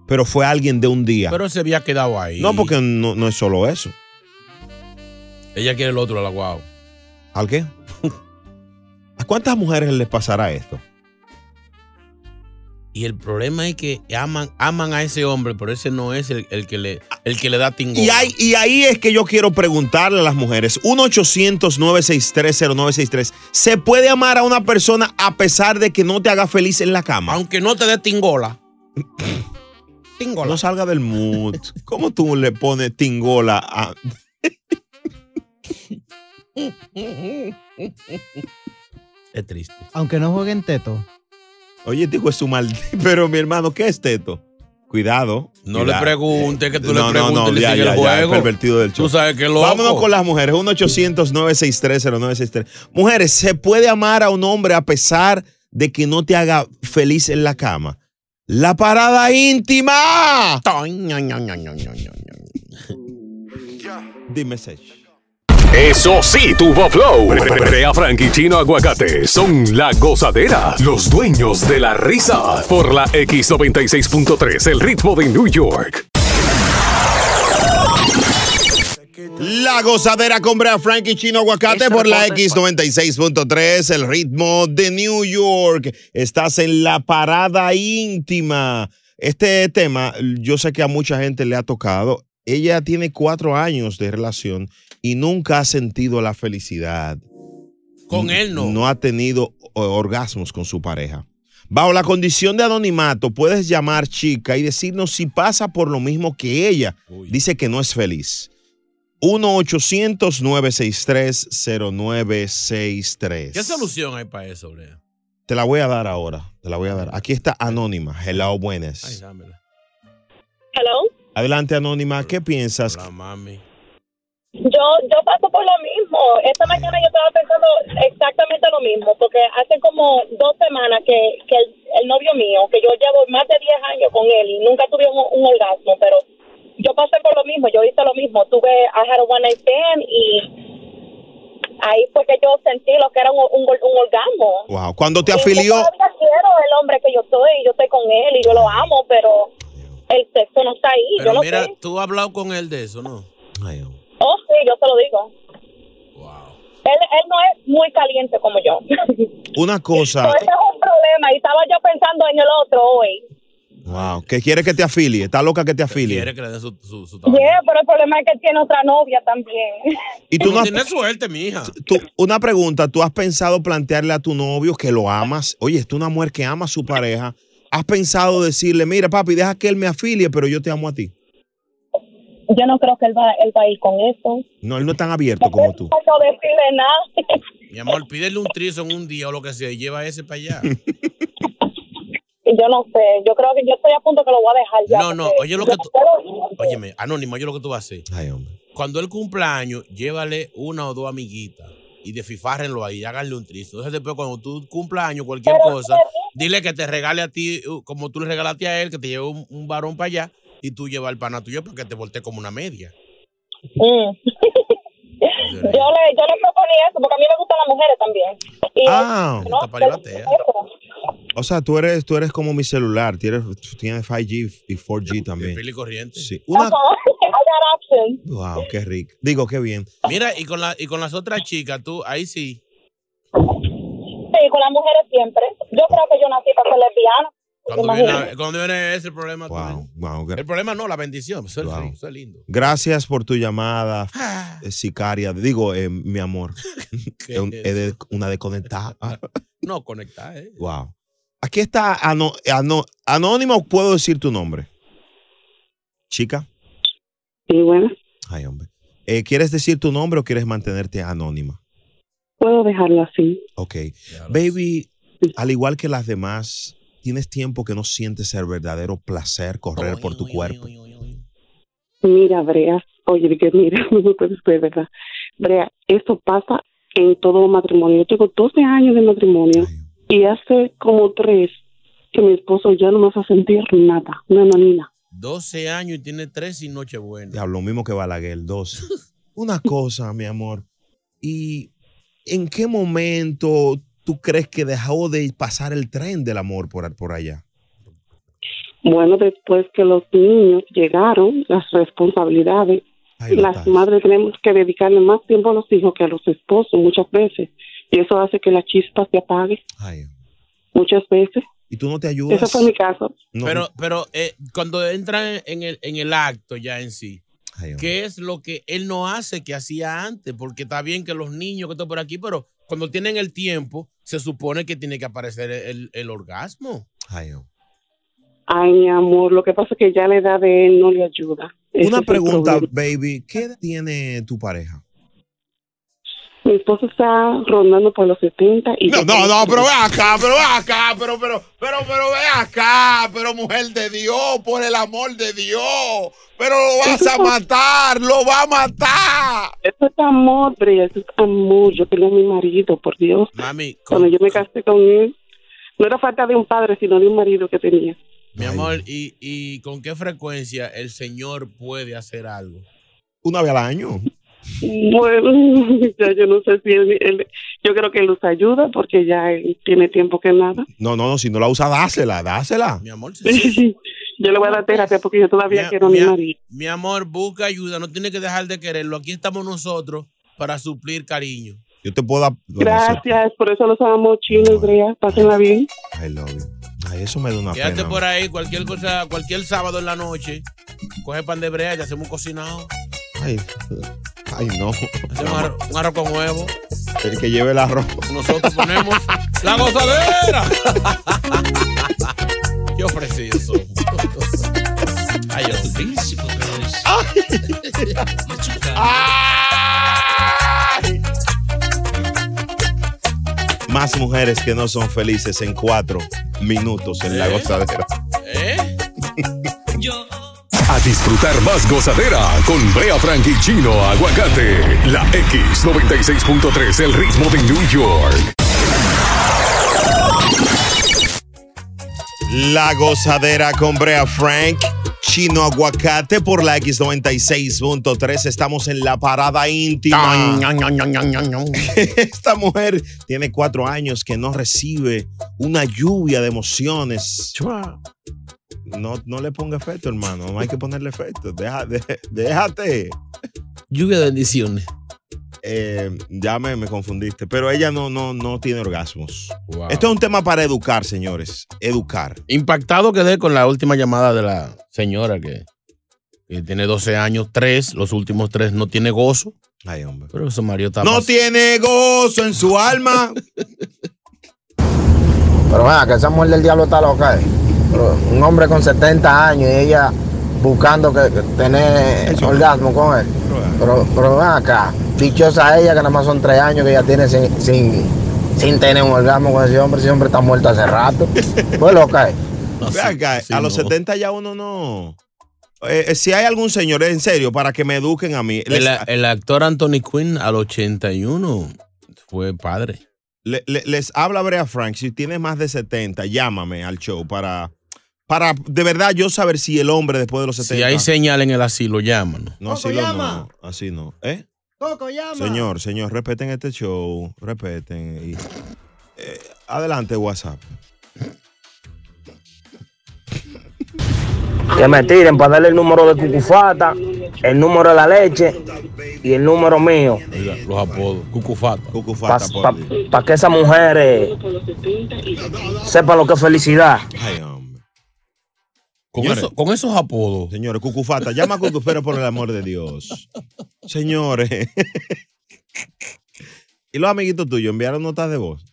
pero fue alguien de un día.
Pero se había quedado ahí.
no, porque no, no es solo eso.
Ella quiere el otro, la guau.
¿Al qué? ¿A cuántas mujeres les pasará esto?
Y el problema es que aman, aman a ese hombre, pero ese no es el, el que le, el que le da tingón.
Y, ahí- y ahí es que yo quiero preguntarle a las mujeres, 1-800-963-0963, ¿se puede amar a una persona a pesar de que no te haga feliz en la cama?
Aunque no te dé tingola. tingola.
No salga del mood. ¿Cómo tú le pones tingola a...
Es triste.
Aunque no jueguen teto.
Oye, digo, es su maldito... Pero mi hermano, ¿qué es teto? Cuidado. Eh,
No le preguntes, que tú le preguntes y
No, no,
le
ya,
sigue
ya,
el
ya, el
juego.
pervertido del show.
Tú sabes que loco.
Vámonos con las mujeres. 1-800-963-0963. Mujeres, ¿se puede amar a un hombre a pesar de que no te haga feliz en la cama? La parada íntima. Dime, Sech.
Eso sí, tuvo flow. Brea Frank y Chino Aguacate son la gozadera, los dueños de la risa. Por la X96.3, el ritmo de New York.
La gozadera con Brea Frank y Chino Aguacate por la X96.3, el ritmo de New York. Estás en la parada íntima. Este tema, yo sé que a mucha gente le ha tocado. Ella tiene cuatro años de relación y nunca ha sentido la felicidad.
Con él no.
No ha tenido o- orgasmos con su pareja. Bajo la condición de anonimato, puedes llamar chica y decirnos si pasa por lo mismo que ella. Dice que no es feliz. 1-800-963-0963.
¿Qué solución hay para eso, Brea?
Te la voy a dar ahora. Te la voy a dar. Aquí está Anónima. Hello,
Ay,
buenas.
dámela.
Hello.
Adelante, Anónima. ¿Qué piensas?
Yo, yo paso por lo mismo. Esta mañana yo estaba pensando exactamente lo mismo, porque hace como dos semanas que, que el, el novio mío, que yo llevo más de 10 años con él y nunca tuve un, un orgasmo, pero yo pasé por lo mismo, yo hice lo mismo. Tuve I had a one night stand y ahí fue que yo sentí lo que era un, un, gol- un orgasmo.
Wow. Cuando te
Y
afilió.
Yo todavía quiero el hombre que yo soy, yo estoy con él y yo lo amo, pero el sexo no está ahí.
Pero
yo no
mira,
sé.
tú has hablado con él de eso, ¿no?
Oh, sí, yo se lo digo. Él, él no es muy caliente como yo.
Una cosa.
Pero ese es un problema y estaba yo pensando en el otro hoy.
Wow. Que quiere que te afilie. Está loca que te afilie.
Que le den su, su, su
Yeah, pero el problema es que él tiene otra novia también.
Y tú no has-
Tienes suerte, mi hija.
tú- una pregunta. ¿Tú has pensado plantearle a tu novio que lo amas? Oye, esta es una mujer que ama a su pareja. ¿Has pensado decirle, mira, papi, deja que él me afilie, pero yo te amo a ti?
yo no creo que él va, él va a ir con eso.
No, él no es tan abierto como tú.
No puedo decirle nada.
Mi amor, pídele un trison un día o lo que sea y lleva ese para allá.
Yo no sé, yo creo que yo estoy a punto que lo voy a dejar ya.
No, no,
porque
oye lo
yo
que tú-
quiero-
Óyeme, anónimo, oye lo que tú vas a hacer. Cuando él cumpla años, llévale una o dos amiguitas y desfifárrenlo ahí, háganle un trizo. Entonces después cuando tú cumpla años, cualquier
Pero,
cosa,
pero-
dile que te regale a ti, uh, como tú le regalaste a él, que te lleve un, un varón para allá y tú llevas el pana tuyo para que te voltee como una media.
Mm. yo, le, yo le proponía eso porque a mí me gustan las mujeres también. Y
Ah.
no,
O sea, tú eres, tú eres como mi celular, tienes, tú tienes 5G y 4G también.
Pili corriente.
Sí. Una-
I got options.
wow, Oh, qué rico. Digo, qué bien.
Mira, y con, la, y con las otras chicas, tú, ahí sí.
Sí, con las mujeres siempre. Yo creo que yo nací para ser lesbiana.
Cuando viene,
Imagínate.
la- cuando viene ese problema. tú ves.
Wow, gra-
El problema no, la bendición. Eso es, rico, eso es lindo.
Gracias por tu llamada, eh, sicaria. Digo, eh, mi amor.
Ah. ¿Qué
es un-
es
es de- una desconectada.
No, conectar, ¿eh?
wow. Aquí está ano- ano- anónimo, puedo decir tu nombre. Chica.
Sí, bueno,
Ay, hombre. Eh, ¿Quieres decir tu nombre o quieres mantenerte anónima?
puedo dejarlo así.
Ok. Baby, al igual que las demás, tienes tiempo que no sientes el verdadero placer correr por tu cuerpo.
Mira, Brea, oye, que mira, no me puedes creer, ¿verdad? Brea, eso pasa en todo matrimonio. Yo tengo 12 años de matrimonio y hace como tres que mi esposo ya no me hace sentir nada, una nanina.
12 años y tiene 3 y noche buena.
Diablo, lo mismo que Balaguer, 12. Una cosa, mi amor. ¿Y en qué momento tú crees que dejó de pasar el tren del amor por, por allá?
Bueno, después que los niños llegaron, las responsabilidades, las madres tenemos que dedicarle más tiempo a los hijos que a los esposos muchas veces. Y eso hace que la chispa se apague muchas veces.
¿Y tú no te ayudas?
Ese fue mi caso.
pero pero eh, cuando entran en el, en el acto ya en sí, ¿qué es lo que él no hace que hacía antes? Porque está bien que los niños que están por aquí, pero cuando tienen el tiempo, se supone que tiene que aparecer el, el orgasmo.
Ay, mi amor, lo que pasa es que ya la edad de él no le ayuda. Ese es
Una
el
pregunta,
problema.
baby. ¿Qué edad tiene tu pareja?
Mi esposo está rondando por los 70 y...
No, no, no, pero ve acá, pero ve acá, pero, pero, pero, pero ve acá, pero mujer de Dios, por el amor de Dios, pero lo vas a matar, lo va a matar.
Eso es amor, Brea, eso es amor. Yo quería a mi marido, por Dios.
Mami,
Cuando yo me casé con él, no era falta de un padre, sino de un marido que tenía.
Mi amor, ¿y, ¿y con qué frecuencia el señor puede hacer algo?
Una vez al año.
Bueno, ya yo no sé si él, él- yo creo que él los ayuda porque ya él tiene tiempo que nada.
No, no, no, si no la usa, dásela, dásela.
yo le voy a dar terapia porque yo todavía
Mi-
quiero a mi
mi-
marido.
Mi amor, busca ayuda, no tiene que dejar de quererlo. Aquí estamos nosotros para suplir cariño.
Yo te puedo dar. bueno,
Gracias, por eso los amo, Chino y Brea. Pásenla bien.
I love you. Ay, eso me da una
Quédate
pena.
por ahí, cualquier cosa, cualquier sábado en la noche, coge pan de brea y te hacemos un cocinado,
Ay, ay, no.
hacemos arro- un arroz con huevo.
El que lleve el arroz.
Nosotros ponemos la gozadera. Qué ofrecido soy. Ay, yo soy príncipe, pero es-
Más mujeres que no son felices en cuatro minutos en la
¿Eh?
gozadera.
A disfrutar más gozadera con Brea Frank y Chino Aguacate. La X96.3, el ritmo de New York.
La gozadera con Brea Frank, Chino Aguacate por la X96.3. Estamos en la parada íntima. Esta mujer tiene cuatro años que no recibe una lluvia de emociones. No, no le ponga efecto, hermano. No hay que ponerle efecto. Deja- de- déjate.
Lluvia de bendiciones.
Eh, ya me, me confundiste. Pero ella no, no, no tiene orgasmos.
Wow.
Esto es un tema para educar, señores. Educar.
Impactado quedé con la última llamada de la señora que, que tiene 12 años, 3, los últimos 3 no tiene gozo.
Ay, hombre.
Pero su marido está
No
pas-
tiene gozo en su alma.
Pero vea, que esa mujer del diablo está loca. eh. Pero un hombre con 70 años y ella
buscando que, que tener orgasmo con él. Pero, pero ven acá, dichosa ella que nada más son tres años que ella tiene sin, sin, sin tener un orgasmo con ese hombre, ese hombre está muerto hace rato. Pues loca es.
Ve acá, a los 70 ya uno no. Eh, eh, si hay algún señor, en serio, para que me eduquen a mí.
El,
Les-
el actor Anthony Quinn al 81 fue padre.
Le- le- les habla Brea Frank. Si tienes más de 70, llámame al show para, para de verdad yo saber si el hombre después de los 70.
Si hay señal en el asilo, llámanos.
no, así lo- no, así no. ¿Eh?
Coco, llama.
Señor, señor, respeten este show. Respeten. y- eh, adelante, WhatsApp.
Que me tiren para darle el número de Cucufata, el número de la leche y el número mío.
Los apodos. Cucufata.
Cucufata.
Para que esas mujeres sepan lo que es felicidad.
Con,
esos apodos.
Señores, Cucufata, llama a Cucufero por el amor de Dios. Señores. y los amiguitos tuyos enviaron notas de voz.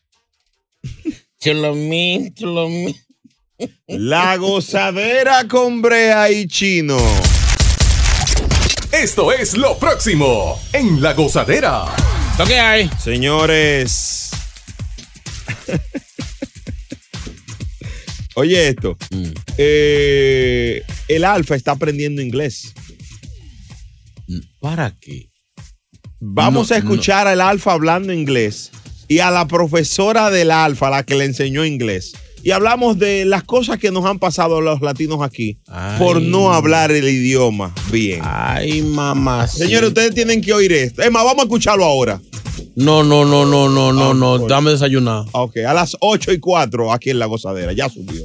Chulomín, chulomín.
La gozadera con Brea y Chino.
Esto es lo próximo en La Gozadera.
¿Lo que hay?
Señores. Oye esto.
Mm.
Eh, el Alfa está aprendiendo inglés.
Mm. ¿Para qué?
Vamos
No,
a escuchar al Alfa hablando inglés y a la profesora del Alfa, la que le enseñó inglés. Y hablamos de las cosas que nos han pasado a los latinos aquí
Ah,
por no hablar el idioma bien.
Ay, mamá.
Señores, ustedes tienen que oír esto. Es más, vamos a escucharlo ahora.
No, no, no, no, no, no,
Ah,
no. Dame desayunar.
Ok, a las 8 y 4 aquí en La Gozadera. Ya subió.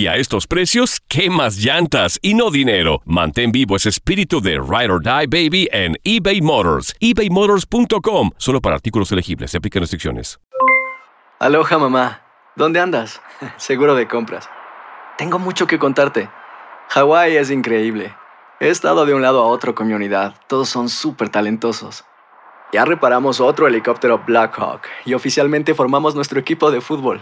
a estos precios, ¿qué más llantas y no dinero? Mantén vivo ese espíritu de Ride or Die Baby en eBay Motors. ebaymotors.com. Solo para artículos elegibles. Se aplican restricciones.
Aloha mamá, ¿dónde andas? Seguro de compras. Tengo mucho que contarte. Hawái es increíble. He estado de un lado a otro con mi unidad. Todos son súper talentosos. Ya reparamos otro helicóptero Blackhawk y oficialmente formamos nuestro equipo de fútbol.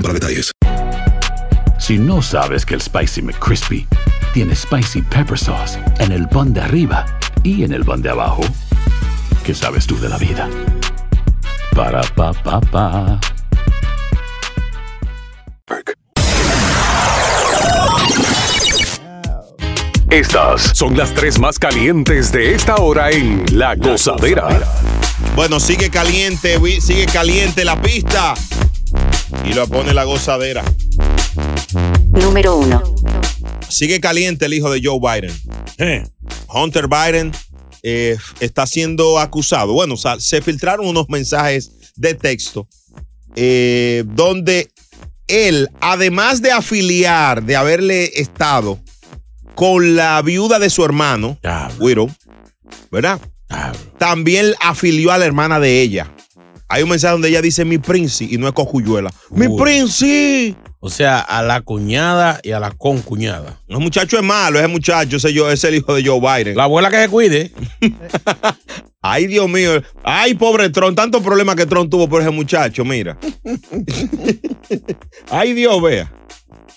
para detalles.
Si no sabes que el Spicy McCrispy tiene Spicy Pepper Sauce en el pan de arriba y en el pan de abajo, ¿qué sabes tú de la vida? Para, pa, pa, pa.
Estas son las tres más calientes de esta hora en La Gozadera.
Bueno, sigue caliente, vi- sigue caliente la pista. Y lo pone la gozadera.
Número uno.
Sigue caliente el hijo de Joe Biden. Hunter Biden eh, está siendo acusado. Bueno, o sea, se filtraron unos mensajes de texto eh, donde él, además de afiliar, de haberle estado con la viuda de su hermano, Widow, ¿verdad? También afilió a la hermana de ella. Hay un mensaje donde ella dice mi Prince y no es cojuyuela. Mi Prince.
O sea, a la cuñada y a la concuñada.
No, el muchacho es malo, ese muchacho, ese yo, es el hijo de Joe Biden. La
abuela que se cuide.
Ay, Dios mío. Ay, pobre Tron, tantos problemas que Tron tuvo por ese muchacho, mira. Ay, Dios, vea.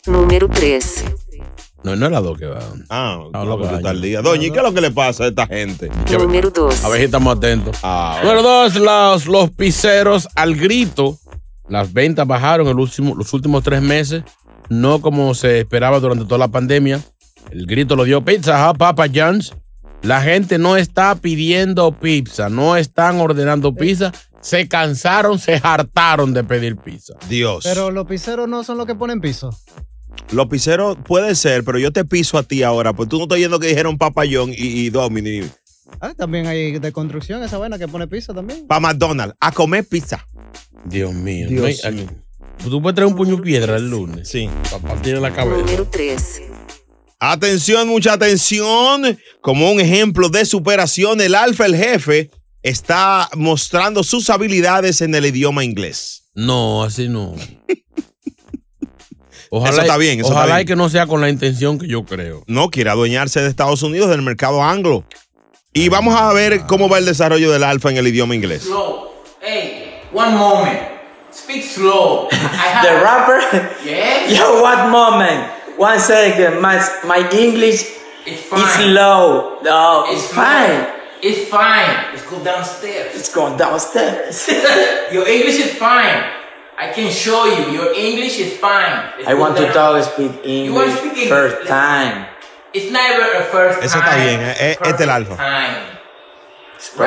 Número tres.
No, no es la dos que va.
Ah, no, que tú estás al día. Doña, ¿y qué es lo que le pasa a esta gente? Ah,
Número
dos.
A ver si estamos atentos. Número dos, los, los piseros al grito. Las ventas bajaron el último, los últimos tres meses, no como se esperaba durante toda la pandemia. El grito lo dio Pizza Hut, Papa John's. La gente no está pidiendo pizza, no están ordenando pizza. Se cansaron, se hartaron de pedir pizza.
Dios.
Pero los pizzeros no son los que ponen piso.
Los piseros puede ser, pero yo te piso a ti ahora, pues tú no estás oyendo que dijeron Papayón y, y Domini.
Ah, también hay de construcción esa vaina que pone piso también.
Para McDonald's, a comer pizza.
Dios mío.
Dios
No hay-
mío.
Tú puedes traer un puño de piedra el lunes. Sí. Para partir la cabeza.
3.
Atención, mucha atención. Como un ejemplo de superación, el alfa, el jefe, está mostrando sus habilidades en el idioma inglés.
No, así no.
Eso está bien, eso está
ojalá y
bien.
que no sea con la intención que yo creo.
No quiere adueñarse de Estados Unidos, del mercado anglo. Y vamos a ver cómo va el desarrollo del alfa en el idioma inglés.
Slow. Hey, one moment. Speak slow. the rapper? Yes. Yo, one moment. One second. My my English is low. No, it's, fine. It's fine. Let's go downstairs. It's going downstairs. Your English is fine. I can show you. Your English is fine. Let's I go want to down- talk speak You want to English speak English? first Let's- time. It's never a first
Eso
time.
está bien, eh, eh, este es el alfa.
time.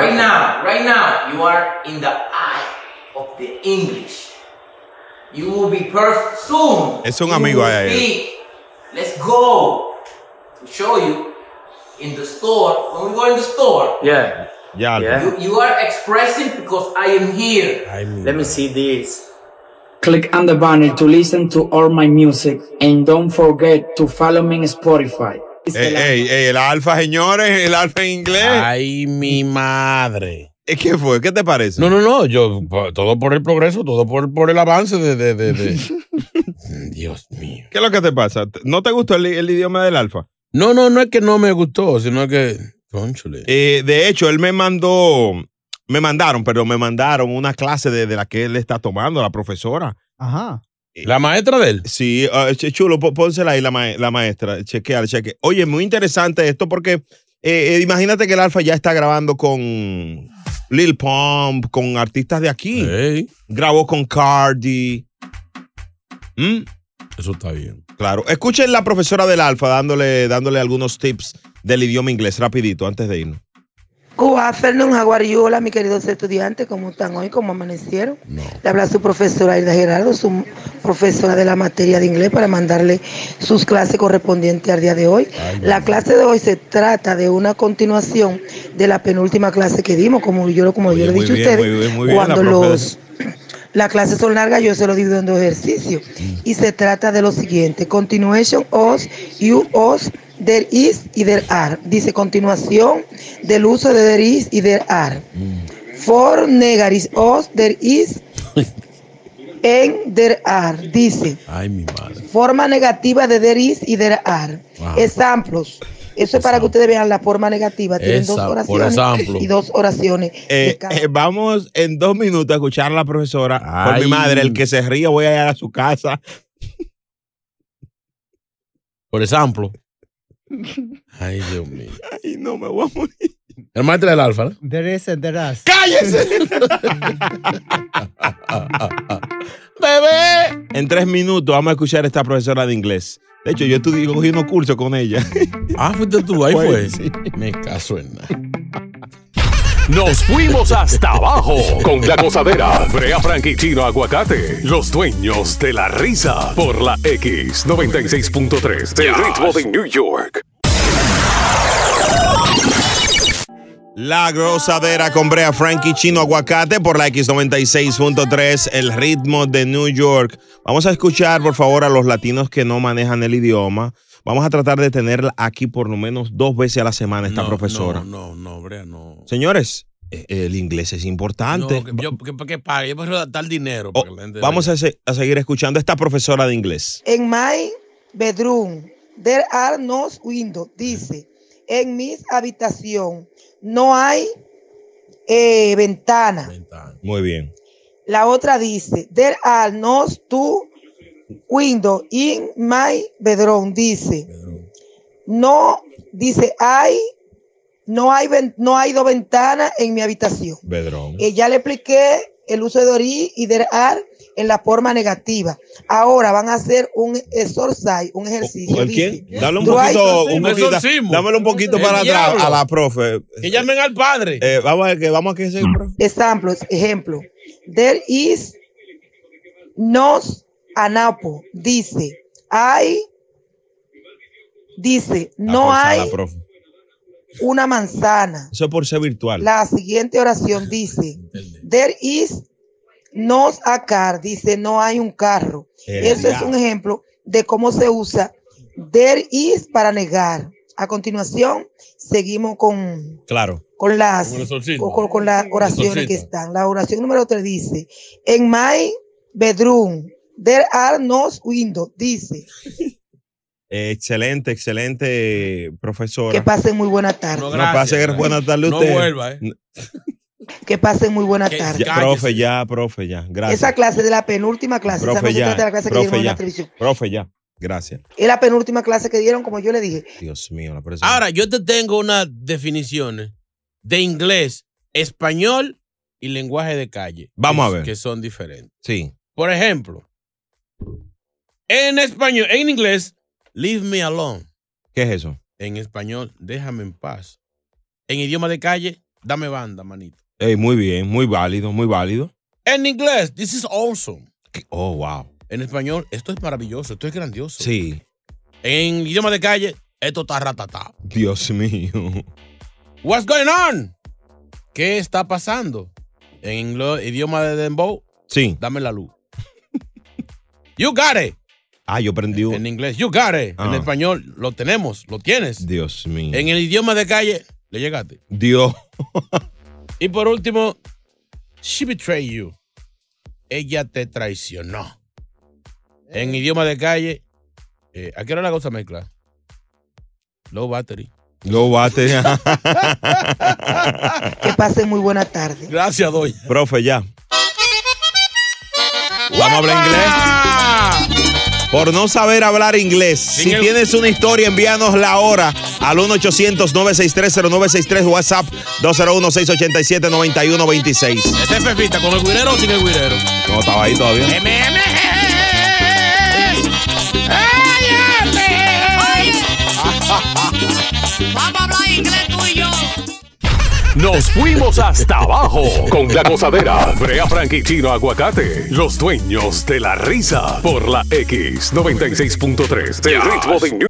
Right now, right now, you are in the eye of the English. You will be perfect soon.
Es un
You
amigo eh,
will
ahí, ahí.
be- Let's go to show you in the store. When we go in the store, Yeah.
Ya,
you, you are expressing because I am here. Let me see this.
Click on the banner to listen to all my music and don't forget to follow me on Spotify.
Ey, Eh, ey, ey, el alfa, señores, el alfa en inglés.
Ay, mi madre.
¿Qué fue? ¿Qué te parece?
No, no, no. Yo, po- todo por el progreso, todo por, por el avance de. de, de, de- Dios mío.
¿Qué es lo que te pasa? ¿No te gustó el, el idioma del alfa?
No, no, no es que no me gustó, sino que. Cónchale.
Eh, de hecho, él me mandó, me mandaron, pero me mandaron una clase de, de la que él está tomando, la profesora.
Ajá.
¿La maestra de él?
Sí, ah, ch- chulo, pó- pónsela ahí la, mae- la maestra, chequear, cheque. Oye, muy interesante esto porque eh, eh, imagínate que el Alfa ya está grabando con Lil Pump, con artistas de aquí. Grabó con Cardi. ¿Mm?
Eso está bien.
Claro. Escuchen la profesora del Alfa dándole, dándole algunos tips del idioma inglés rapidito antes de irnos.
Good afternoon, how are you? Hola, mis queridos estudiantes, ¿cómo están hoy? ¿Cómo amanecieron? Le habla su profesora Hilda Gerardo, su profesora de la materia de inglés, para mandarle sus clases correspondientes al día de hoy. La clase de hoy se trata de una continuación de la penúltima clase que dimos, como yo, lo- como yo le he
muy
dicho
bien,
a ustedes,
muy bien, muy bien, la
cuando
profe.
los... Las clases son largas, yo se lo divido en dos ejercicios. Y se trata de lo siguiente: continuation of, you of, there is y there are. Dice continuación del uso de there is y there are. For negar is of, there is en there are. Dice
Ay, mi madre.
forma negativa de there is y there are. Ejemplos. Eso es para que ustedes vean la forma negativa. Tienen dos
Esa, por
oraciones
ejemplo.
y dos oraciones. de
Eh, eh, vamos en dos minutos a escuchar a la profesora. Por mi madre, el que se ríe voy a ir a su casa.
Por ejemplo. Ay, Dios mío.
Ay, no me voy a morir.
El maestro del alfa, ¿no?
There is and there is.
¡Cállese!
¡Bebé!
En tres minutos vamos a escuchar a esta profesora de inglés. De hecho, yo estudié, cogí unos cursos con ella. Pues,
Ah, fuiste tú, ahí fue. Me caso en nada. Nos fuimos hasta
abajo con la gozadera. Brea Frank y Chino Aguacate, los dueños de la risa por la X96.3 del ritmo de New York.
La grosadera con Brea Frankie Chino Aguacate por la X96.3, el ritmo de New York. Vamos a escuchar, por favor, a los latinos que no manejan el idioma. Vamos a tratar de tenerla aquí por lo menos dos veces a la semana, esta profesora.
No, no, Brea, no.
Señores, eh, el inglés es importante.
No, que, yo, que, que pague, yo prefiero dar dinero. para que la gente
Oh, Vamos a, se- a seguir escuchando a esta profesora de inglés.
En my bedroom, there are no windows. Dice, en mi habitación no hay eh, ventana.
Muy bien.
La otra dice, there are no two windows in my bedroom. Dice, no, dice, hay, no hay, ven- no hay dos ventanas en mi habitación.
Bedrón.
Eh, ya le expliqué el uso de Dorí y de Ar en la forma negativa. Ahora van a hacer un exorcise, un ejercicio.
¿El
dice.
quién? Dale un
Dwight-
poquito, un
Un
poquito,
exorcismo.
dámelo un poquito
El
para atrás
diablo.
a la profe.
Que llamen al padre.
Eh, vamos a ver que vamos a que se.
Ejemplos, ejemplo. There is nos anapo. Dice, hay, dice, no
forzada,
hay
profe.
una manzana.
Eso es por ser virtual.
La siguiente oración dice, there is nos a car. Dice, no hay un carro.
El
Eso es
diablo.
un ejemplo de cómo se usa there is para negar. A continuación, seguimos con
Claro.
con las,
Con el solcito.
con, con- con las oraciones
solcito.
que están. La oración número 3 dice, en my bedroom, there are no windows. Dice,
Eh, excelente, excelente profesora.
que pasen muy buena tarde.
No, pase que buena tarde a
No
usted.
vuelva,
eh.
N-
Que pasen muy buena tarde.
Ya, profe, ya, profe, ya. Gracias.
Esa clase de la penúltima clase, esa no
profe,
se
ya.
trata de la clase que dieron
Profe,
en la
ya.
televisión.
Profe, ya. Gracias.
Es la penúltima clase que dieron, como yo le dije.
Dios mío, la persona.
Ahora, yo te tengo unas definiciones de inglés, español y lenguaje de calle.
Vamos
que-
a ver.
Que son diferentes.
Sí.
Por ejemplo, en español, en inglés, leave me alone.
¿Qué es eso?
En español, déjame en paz. En idioma de calle, dame banda, manito.
Ey, muy bien, muy válido, muy válido.
En inglés, this is awesome.
Oh, wow.
En español, esto es maravilloso, esto es grandioso.
Sí.
En idioma de calle, esto está ratatá.
Dios mío.
What's going on? ¿Qué está pasando? En inglo- idioma de Dembow.
Sí.
Dame la luz. you got it.
Ah, yo aprendí
En inglés, you got it. En
Ah.
español, lo tenemos, lo tienes.
Dios mío.
En el idioma de calle, le llegaste.
Dios.
Y por último, she betrayed you. Ella te traicionó. En idioma de calle, eh, ¿a qué hora la cosa mezcla? Low battery.
Lo bate.
Que pasen muy buena tarde.
Gracias, doña.
Profe, ya. Vamos a hablar inglés. Por no saber hablar inglés. Si tienes una historia, envíanosla ahora al 1-800-963-0963, WhatsApp 201-687-9126.
Ese es Fefita, con el guirero o sin el guirero.
No estaba ahí todavía.
Vamos a hablar inglés tú y yo.
Nos fuimos hasta abajo con la gozadera. Brea Frank y Chino Aguacate, los dueños de la risa. Por la X96.3, el ritmo de New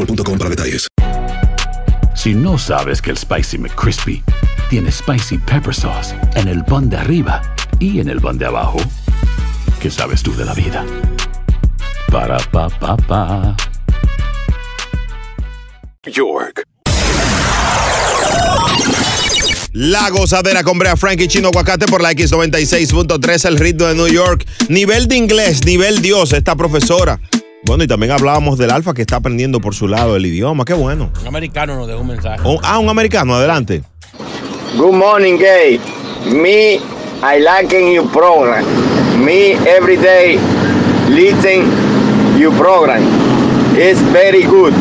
para detalles.
Si no sabes que el Spicy McCrispy tiene Spicy Pepper Sauce en el pan de arriba y en el pan de abajo, ¿qué sabes tú de la vida? Para, pa, pa, pa.
York.
La gozadera con Brea Frank y Chino Aguacate por la X96.3, el ritmo de New York. Nivel de inglés, nivel Dios, esta profesora. Bueno, y también hablábamos del Alfa que está aprendiendo por su lado el idioma. Qué bueno.
Un americano nos dejó un mensaje.
Un- ah, un americano, adelante.
Good morning, gay. Me, I like your program. Me every day listen your program. It's very good.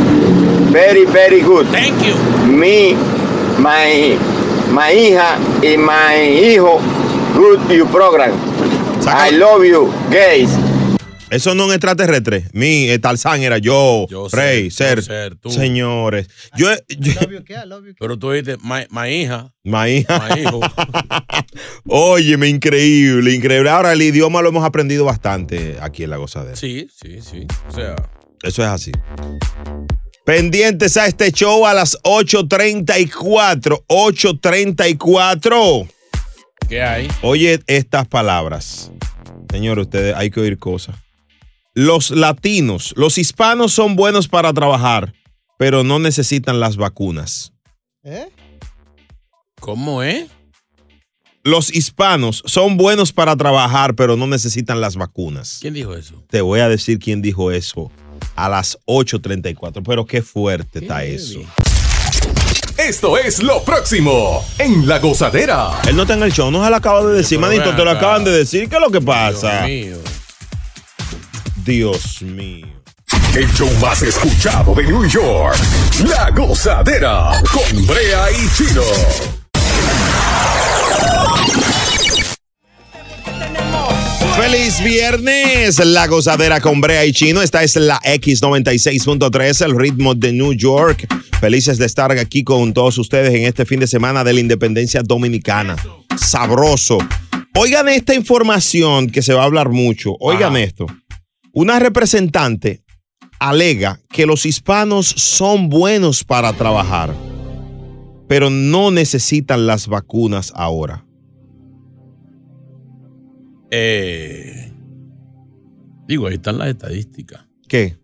Very, very good. Thank you. Me, my, my hija y my hijo, good you program. I love you, gays.
Eso no es un extraterrestre. Mi eh, Tarzán era yo, Rey, ser, Señores. Yo, yo-
Pero tú dijiste, "My- my hija.
Ma hija.
My hijo.
Óyeme, increíble, increíble. Ahora el idioma lo hemos aprendido bastante aquí en la gozadera.
Sí, sí, sí. O sea,
Eso es así. Pendientes a este show a las 8.34. 8.34.
¿qué hay?
Oye estas palabras. Señor, ustedes hay que oír cosas. Los latinos, los hispanos son buenos para trabajar, pero no necesitan las vacunas.
¿Cómo
eh?
es?
Los hispanos son buenos para trabajar, pero no necesitan las vacunas.
¿Quién dijo eso?
Te voy a decir quién dijo eso a las 8.34, pero qué fuerte está eso.
Esto es lo próximo en La Gozadera.
Él no está en el show, no se lo acaba de decir,
pero
manito,
ven
te lo
acá.
acaban de decir. ¿Qué es lo que pasa?
mío.
Dios mío.
El show más escuchado de New York. La Gozadera con Brea y Chino.
Feliz viernes, la gozadera con Brea y Chino. Esta es la X96.3, el ritmo de New York. Felices de estar aquí con todos ustedes en este fin de semana de la independencia dominicana. Sabroso. Oigan esta información que se va a hablar mucho. Oigan esto. Una representante alega que los hispanos son buenos para trabajar, pero no necesitan las vacunas ahora.
Eh, digo, ahí están las estadísticas.
¿Qué?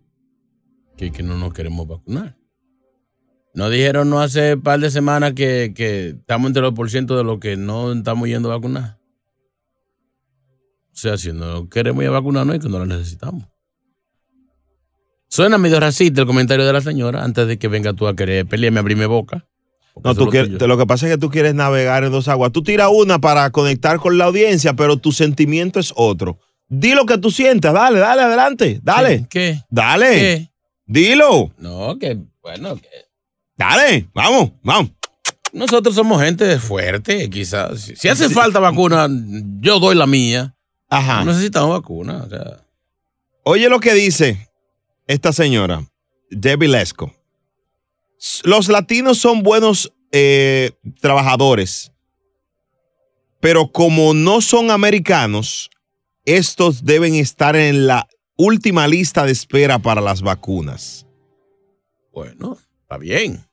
Que, que no nos queremos vacunar. Nos dijeron no hace un par de semanas que, que estamos entre los por ciento de los que no estamos yendo a vacunar. O sea, si no queremos ir a vacunarnos es que no la necesitamos. Suena medio racista el comentario de la señora antes de que venga tú a querer pelearme, abrirme boca. Porque
No,
eso
tú
es lo
quieres-
tuyo.
te- lo que pasa es que tú quieres navegar en dos aguas. Tú tiras una para conectar con la audiencia, pero tu sentimiento es otro. Di lo que tú sientas, dale, dale, adelante, dale.
¿Qué?
Dale.
¿Qué?
Dilo.
No, que bueno, que
Dale, vamos, vamos.
Nosotros somos gente fuerte, quizás. Si- Si hace falta vacuna, yo doy la mía.
Ajá.
No necesitamos vacuna. o sea.
Oye lo que dice esta señora, Debbie Lesco. S- Los latinos son buenos eh, trabajadores, pero como no son americanos, estos deben estar en la última lista de espera para las vacunas.
Bueno, está bien.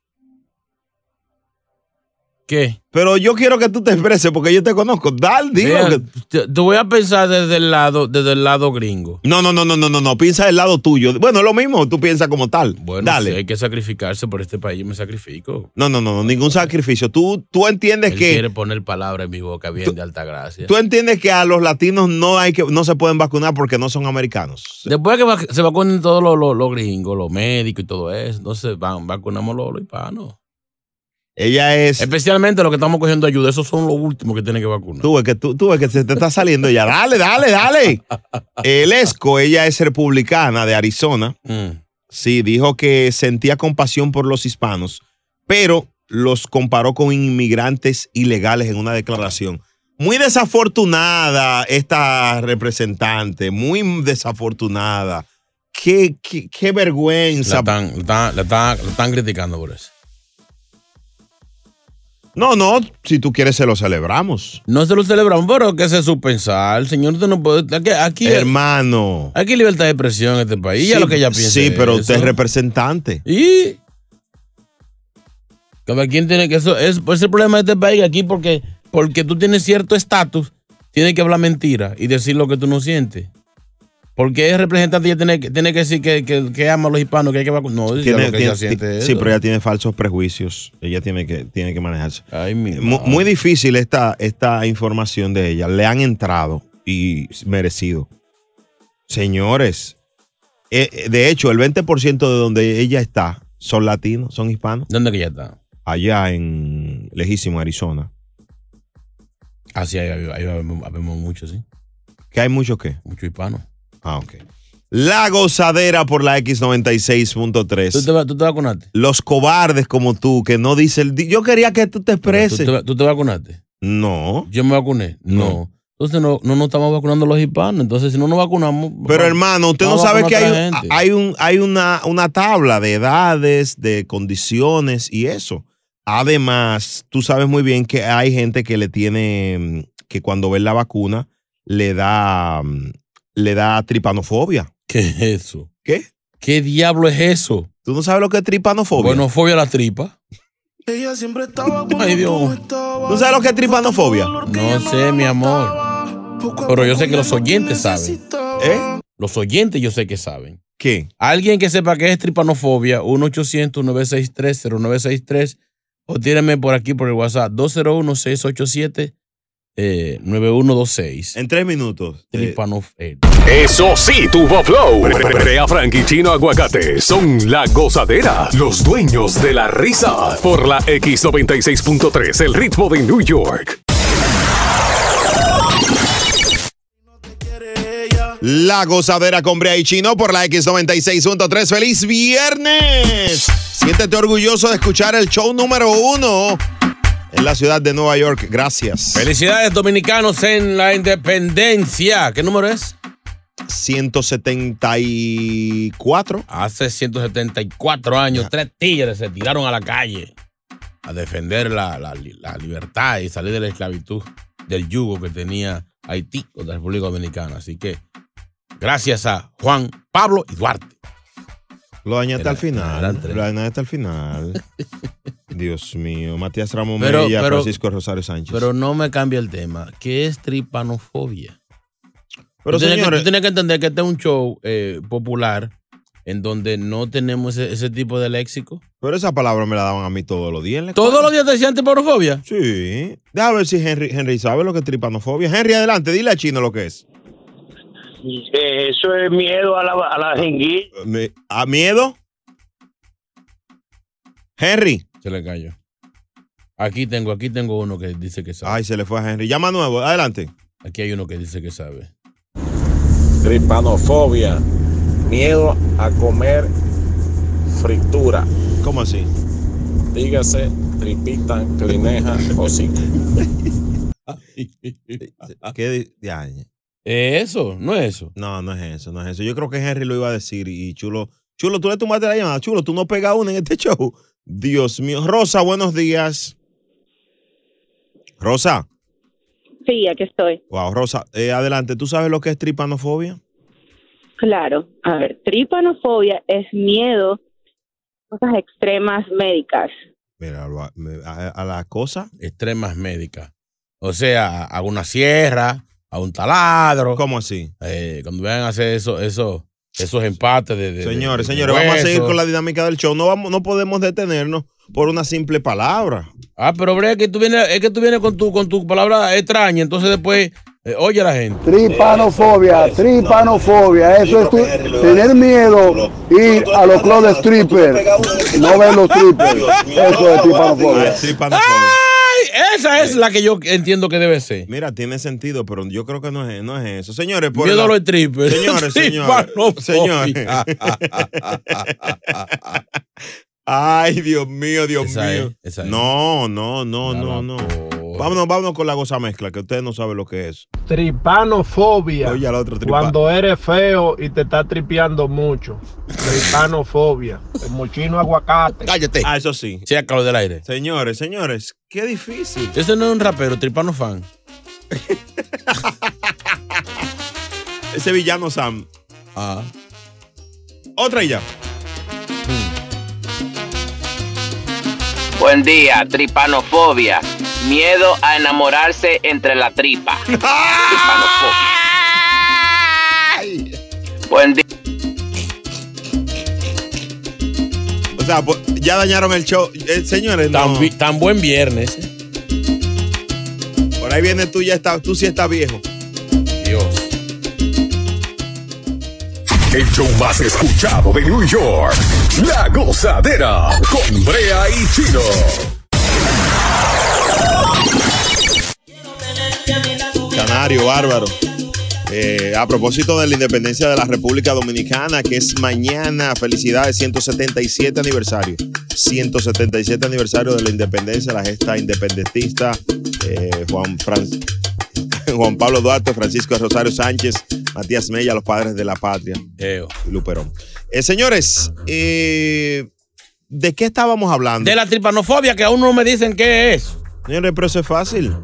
¿Qué?
Pero yo quiero que tú te expreses porque yo te conozco. Dal, dilo.
Mira,
que-
te, te voy a pensar desde el lado, desde el lado gringo.
No, no, no, no, no, no, no. Piensa del lado tuyo. Bueno, lo mismo, tú piensas como tal.
Bueno,
Dale.
si hay que sacrificarse por este país, yo me sacrifico.
No, no, no, no, ningún sacrificio. Tú, tú entiendes
Él
que.
quiere poner palabras en mi boca bien de alta gracia.
Tú entiendes que a los latinos no hay que no se pueden vacunar porque no son americanos.
Después que vac- se vacunen todos los, los- los gringos, los médicos y todo eso, entonces van, vacunamos los, los hispanos.
Ella es.
Especialmente los que estamos cogiendo ayuda, esos son los últimos que tienen que vacunar.
Tú ves que tú, tú ves que se te está saliendo ya. Dale, dale, dale. El Esco, ella es republicana de Arizona.
Mm.
Sí, dijo que sentía compasión por los hispanos, pero los comparó con inmigrantes ilegales en una declaración. Muy desafortunada esta representante, muy desafortunada. Qué, qué, qué vergüenza.
La están, la están- la están- la están criticando por eso.
No, no, si tú quieres se lo celebramos.
No se lo celebramos, pero que se su pensar. Señor, usted no puede. Aquí, aquí,
Hermano.
Aquí hay libertad de expresión en este país. ya
Sí,
lo que ella piensa.
Sí, pero
eso.
usted es representante.
Y. Cada quien tiene que. Eso es, pues, el problema de este país aquí, porque, porque tú tienes cierto estatus, tienes que hablar mentira y decir lo que tú no sientes. Porque es representante y ella tiene, que- tiene que decir que, que, que ama a los hispanos, que hay que vacunar. No, ya
Tiene-
lo que
tiene-
ella siente ¿eh? es
sí,
eso.
pero ella tiene falsos prejuicios. Ella tiene que, tiene que manejarse. Mu-
madre.
muy, difícil esta, esta información de ella. Le han entrado y merecido. Señores, eh, eh, de hecho, el 20% de donde ella está son latinos, son hispanos.
¿Dónde que ella está?
Allá en lejísimo, Arizona.
Ah, Así ahí, ahí habemos, habemos mucho, sí.
¿Que hay muchos qué?
Muchos hispanos.
Ah, ok. La gozadera por la X96.3.
¿Tú te, va- tú te vacunaste?
Los cobardes como tú, que no dice el... di- Yo quería que tú te expreses.
¿Tú te, tú te vacunaste?
No.
¿Yo me vacuné? No. Entonces no, no nos estamos vacunando los hispanos. Entonces si no nos vacunamos...
Pero hermano, usted no
vamos a
sabe que hay,
vacunar a
un-
la gente.
hay, un, hay una, una tabla de edades, de condiciones y eso. Además, tú sabes muy bien que hay gente que le tiene, mm, que cuando ve la vacuna, le da, mm, le da tripanofobia.
¿Qué es eso?
¿Qué?
¿Qué diablo es eso?
¿Tú no sabes lo que es tripanofobia?
Bueno, fobia a la tripa.
Ella siempre estaba como
Ay, Dios.
¿Tú sabes lo que es tripanofobia?
No sé, mi amor. Pero yo sé que los oyentes saben.
¿Eh?
Los oyentes yo sé que saben.
¿Qué?
Alguien que sepa qué es tripanofobia, 1-800-963-0963, o tíreme por aquí por el WhatsApp, 201-687-9126. eh,
en tres minutos. eh,
Tripanofobia.
Eso sí, tuvo flow. Bre- bre- Brea Frank y Chino Aguacate son la gozadera, los dueños de la risa. Por la X96.3, el ritmo de New York.
La gozadera con Brea y Chino por la X96.3. ¡Feliz viernes! Siéntete orgulloso de escuchar el show número uno en la ciudad de Nueva York. Gracias.
Felicidades dominicanos en la independencia. ¿Qué número es?
174.
Hace 174 años, tres tigres se tiraron a la calle a defender la, la li- la libertad y salir de la esclavitud del yugo que tenía Haití con la República Dominicana. Así que gracias a Juan Pablo y Duarte.
Lo dañaste
Era-
al
eran
final.
tres.
Lo dañaste al final. Dios mío. Matías Ramón
Pero-
Mella,
pero-
Francisco Rosario Sánchez.
Pero no me cambia el tema. ¿Qué es tripanofobia?
Pero,
tú, tienes que,
señores-
tú tienes que entender que este es un show eh, popular en donde no tenemos e, ese, ese tipo de léxico.
Pero esa palabra me la daban a mí todos los días. en la escuela.
¿Todos los días te decían tripanofobia?
Sí. Déjame ver si Henry, Henry sabe lo que es tripanofobia. Henry, adelante, dile a Chino lo que es.
Eh, Eso es miedo a la, a la jenguilla.
Me- ¿A miedo? Henry.
Se le cayó. Aquí tengo, aquí tengo uno que dice que sabe.
Ay, se le fue a Henry. Llama nuevo, adelante.
Aquí hay uno que dice que sabe.
Tripanofobia, miedo a comer fritura.
¿Cómo así?
Dígase tripita, clineja, hocico.
¿Qué di- diañe?
¿Eso? ¿No es eso?
No, no es eso, no es eso. Yo creo que Henry lo iba a decir y Chulo, Chulo, tú le tomaste la llamada. Chulo, tú no pegas una en este show. Dios mío. Rosa, buenos días. Rosa,
Sí, aquí estoy.
wow, Rosa, eh, adelante. ¿Tú sabes lo que es tripanofobia?
Claro. A ver, tripanofobia es miedo a cosas extremas médicas.
Mira, lo- me- a, a la cosa.
Extremas médicas. O sea, a una sierra, a un taladro. Eh,
¿Cómo así?
cuando vayan a hacer eso, eso, esos empates de. de-
Señores,
de- de
Pues, señores, vamos a seguir
huesos.
con la dinámica del show. No, vamos, no podemos detenernos por una simple palabra.
Ah, pero Brea, que tú vienes, es que tú vienes con tu, con tu palabra extraña, entonces después eh, oye a la gente.
Tripanofobia, tripanofobia, eso es tu- tener miedo, ir a los clubs de stripper, no ver los strippers, eso es tripanofobia.
¡Ay! Esa es la que yo entiendo que debe ser.
Mira, tiene sentido, pero yo creo que no es, no es eso. Señores, por
Miedo
la-
a los strippers.
Señores, señores. Señores.
Tripanofobia.
Ay, Dios mío, Dios
Esa
mío.
es, esa es.
No, no, no, no, no. Vámonos, vámonos con la goza mezcla, que ustedes no saben lo que es.
Tripanofobia.
Oye, al otro, tripa-
Cuando eres feo y te está tripeando mucho. Tripanofobia. Como chino aguacate.
Cállate.
Ah, eso sí.
Sea calor del aire.
Señores, señores, qué difícil.
Ese no es un rapero, tripano fan.
Ese villano Sam.
Ah.
Otra y ya.
Buen día, tripanofobia. Miedo a enamorarse entre la tripa. Tripanofobia. Buen día.
O sea, pues, ya dañaron el show. Eh, señores, no.
Tan, tan buen viernes.
Por ahí viene tú, ya está, tú sí estás viejo.
Dios.
El show más escuchado de New York. La gozadera con Brea y Chino.
Canario, bárbaro. Eh, a propósito de la independencia de la República Dominicana, que es mañana, felicidades, 177 aniversario. 177 aniversario de la independencia, la gesta independentista, eh, Juan, Fran- Juan Pablo Duarte, Francisco Rosario Sánchez, Matías Mella, los padres de la patria. Y Luperón. Eh, señores, eh, ¿de qué estábamos hablando?
De la tripanofobia que aún no me dicen qué es.
Señores, pero eso es fácil.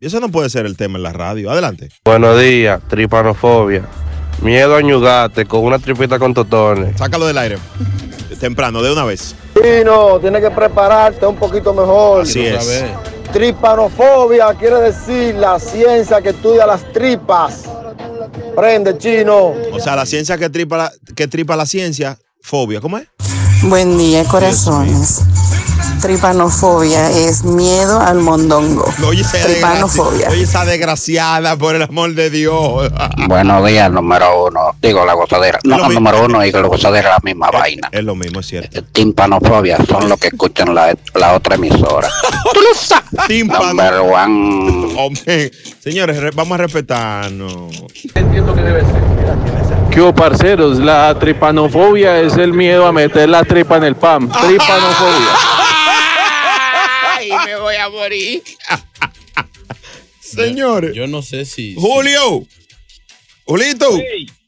Y eso no puede ser el tema en la radio. Adelante.
Buenos días, tripanofobia. Miedo a ñugarte con una tripita con totones.
Sácalo del aire. Temprano, de una vez.
Chino, tienes que prepararte un poquito mejor.
Así es.
Tripanofobia quiere decir la ciencia que estudia las tripas. Prende, chino.
O sea, la ciencia que tripa la, que tripa la ciencia, fobia. ¿Cómo es?
Buen día, corazones. Tripanofobia es miedo al mondongo.
Oye, esa desgraci- Oye, esa desgraciada, por el amor de Dios.
Buenos días, número uno. Digo, la gozadera. No,
Lo mi-
número uno y la gozadera es la misma vaina. Eh,
Es lo mismo, es cierto.
Timpanofobia son los que escuchan la, la otra emisora. Number one.
Hombre, señores, re- vamos a respetarnos.
¿Qué hubo, parceros? La tripanofobia es el miedo a meter la tripa en el pan. Tripanofobia.
Ay, me voy a morir.
Señores.
Yo, no sé si.
Julio. Julito.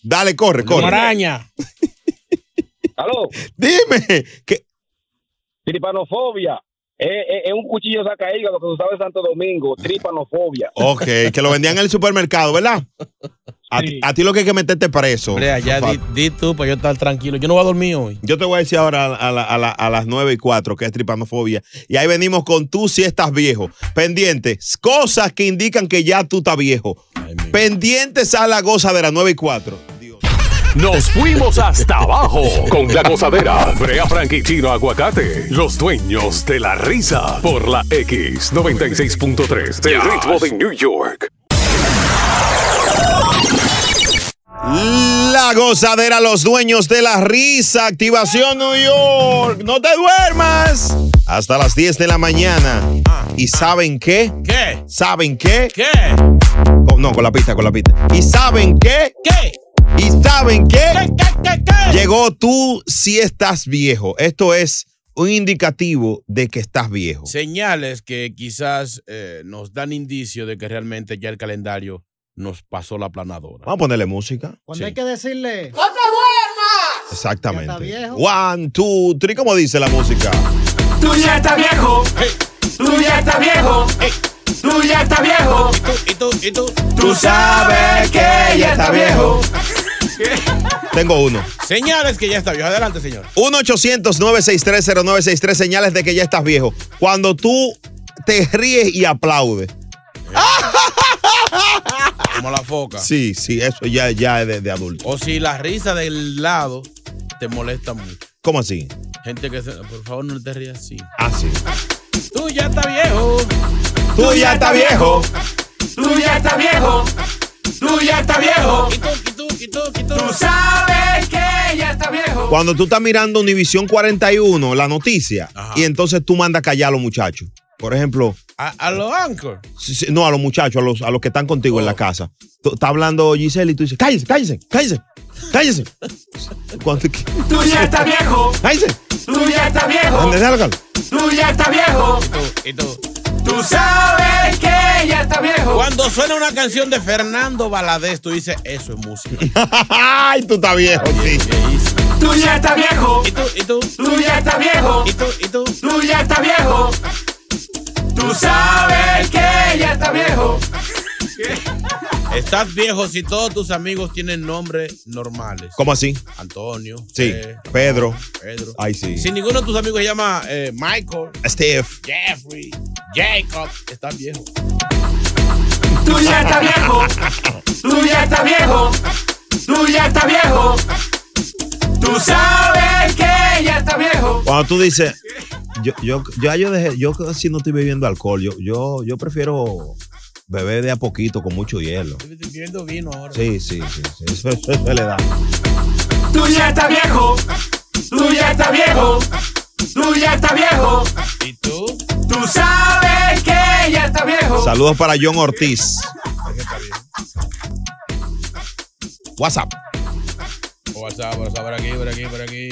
Dale, corre, corre.
Maraña.
¿Aló?
Dime. ¿qué?
Tripanofobia. Es un cuchillo saca hígado que se usaba en Santo Domingo. Tripanofobia.
Ok, que lo vendían en el supermercado, ¿verdad? A, ti- a ti lo que hay que meterte preso.
Brea, ya di, di tú para yo estar tranquilo. Yo no voy a dormir hoy.
Yo te voy a decir ahora a, la- a la- a las 9 y 4 que es tripanofobia. Y ahí venimos con tú si estás viejo. Pendientes, cosas que indican que ya tú estás viejo. Pendientes a la goza de las 9 y 4.
Nos fuimos hasta abajo con la gozadera. Brea Frank y Chino Aguacate, los dueños de la risa por la X96.3 del ritmo de New York.
La gozadera, los dueños de la risa. Activación New York. No te duermas. Hasta las 10 de la mañana. ¿Y saben qué?
Ah. ¿Qué?
¿Saben qué?
¿Qué?
no, con la pista, con la pista. ¿Y saben qué?
¿Qué?
¿Y saben qué? Llegó tú si estás viejo. Esto es un indicativo de que estás viejo.
Señales que quizás eh, nos dan indicio de que realmente ya el calendario nos pasó la planadora.
Vamos a ponerle música.
Cuando hay que decirle.
Exactamente.
viejo.
One, two, three, como dice la música.
Tú ya estás viejo. Tú ya estás viejo. Tú ya estás viejo.
¿Y tú? ¿Y tú?
Tú sabes que ya está viejo.
Tengo uno.
Señales que ya está viejo. Adelante, señor.
1-800-963-0963, señales de que ya estás viejo. Cuando tú te ríes y aplaudes.
Como la foca.
Sí, sí, eso ya, ya es de, de adulto.
O si la risa del lado te molesta mucho.
¿Cómo así?
Gente que se, por favor no te rías así.
Así.
Tú ya estás viejo.
Tú ya estás viejo.
Tú ya estás viejo. Tú ya estás viejo.
¿Y tú? ¿Y tú? ¿Y tú? ¿Y tú?
Tú sabes que ya está viejo.
Cuando tú estás mirando Univisión 41, la noticia, y entonces tú mandas callar a los muchachos. Por ejemplo,
A, a los anchor.
Sí, sí, No, a los muchachos, a los, a los que están contigo
Oh.
en la casa. Tú- Está hablando Giselle y tú dices, cállense, cállense, cállense, cállense. Cuando-
Tú ya estás viejo.
Cállense.
Tú ya estás viejo.
Ande, déjalo, déjalo.
Tú ya estás viejo.
¿Y tú?
Tú sabes que ya está viejo.
Cuando suena una canción de Fernando Valadez, tú dices, eso es música.
Ay, tú estás viejo, sí.
Tú ya estás viejo.
¿Y tú? ¿Y tú?
Tú ya estás viejo.
¿Y tú? ¿Y tú?
Tú ya estás viejo. Tú sabes que ya está viejo.
Estás viejo si todos tus amigos tienen nombres normales.
¿Cómo así?
Antonio.
Sí.
José,
Pedro.
Pedro.
Ay, sí.
Si ninguno de tus amigos se llama eh, Michael,
Steve.
Jeffrey, Jacob, estás viejo.
Tú ya estás viejo. Tú ya estás viejo. Tú ya estás viejo. Tú sabes que ya está viejo.
Cuando tú dices, yo, yo, ya yo dejé, yo casi no estoy bebiendo alcohol. Yo, yo, yo prefiero beber de a poquito con mucho hielo.
Estoy bebiendo vino ahora.
Sí, sí, sí. sí. Eso, eso- eso le da.
Tú ya estás viejo. Tú ya estás viejo. Tú ya estás viejo.
¿Y tú?
Tú sabes que ya está viejo.
Saludos para John Ortiz. WhatsApp.
WhatsApp, WhatsApp, por aquí, por aquí, por aquí.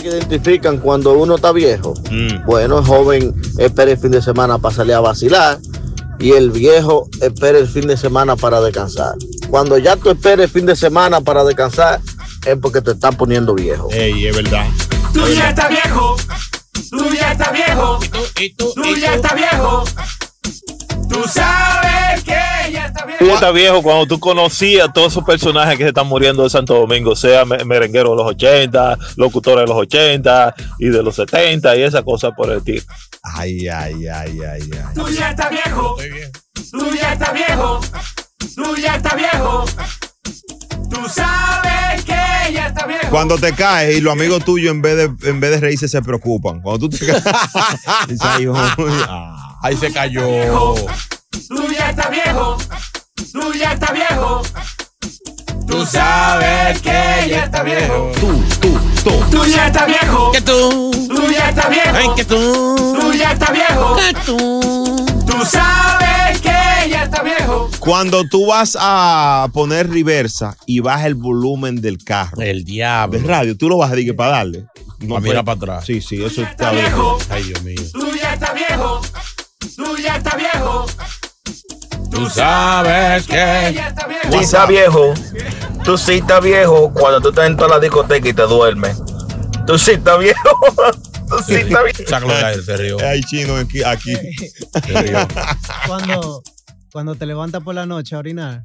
que identifican cuando uno está viejo. Bueno, el joven espera el fin de semana para salir a vacilar y el viejo espera el fin de semana para descansar. Cuando ya tú esperes el fin de semana para descansar, es porque te estás poniendo viejo.
Ey, es verdad.
Tú ya estás viejo. Tú ya estás viejo. Tú ya estás viejo. Tú sabes que ya está
Tú estás viejo cuando tú conocías a todos esos personajes que se están muriendo de Santo Domingo, sea me- merenguero de los 80, locutores de los 80 y de los 70 y esas cosas por el tipo.
Ay, ay, ay, ay, ay.
Tú ya estás viejo. Tú ya estás viejo. Tú ya estás viejo. Tú sabes que ya está viejo.
Cuando te caes y los amigos tuyos en vez de, en vez de reírse se preocupan. Cuando tú te caes. dices, ay, oh, ah,
ahí se cayó.
Tú ya estás viejo. Tú ya estás viejo.
Tú sabes que ya está viejo.
Tú,
tú, tú.
Tú ya estás viejo.
Que tú.
Tú ya estás viejo.
Ay, que tú.
Tú ya estás viejo.
Que tú.
Tú sabes que ya está viejo.
Cuando tú vas a poner reversa y baja el volumen del carro.
El diablo.
De radio, tú lo vas a decir para darle. No
Pa' mirar para atrás.
Sí, sí, eso está bien.
viejo.
Ay, Dios mío.
Tú ya estás viejo. Tú ya estás viejo.
Tú sabes que.
Tú estás viejo. Tú sí estás viejo cuando tú estás en toda la discoteca y te duermes. Tú sí estás viejo. Tú sí estás viejo.
Sácalo de ahí, se rió.
Ay, chino, aquí. aquí.
Cuando, cuando te levantas por la noche a orinar.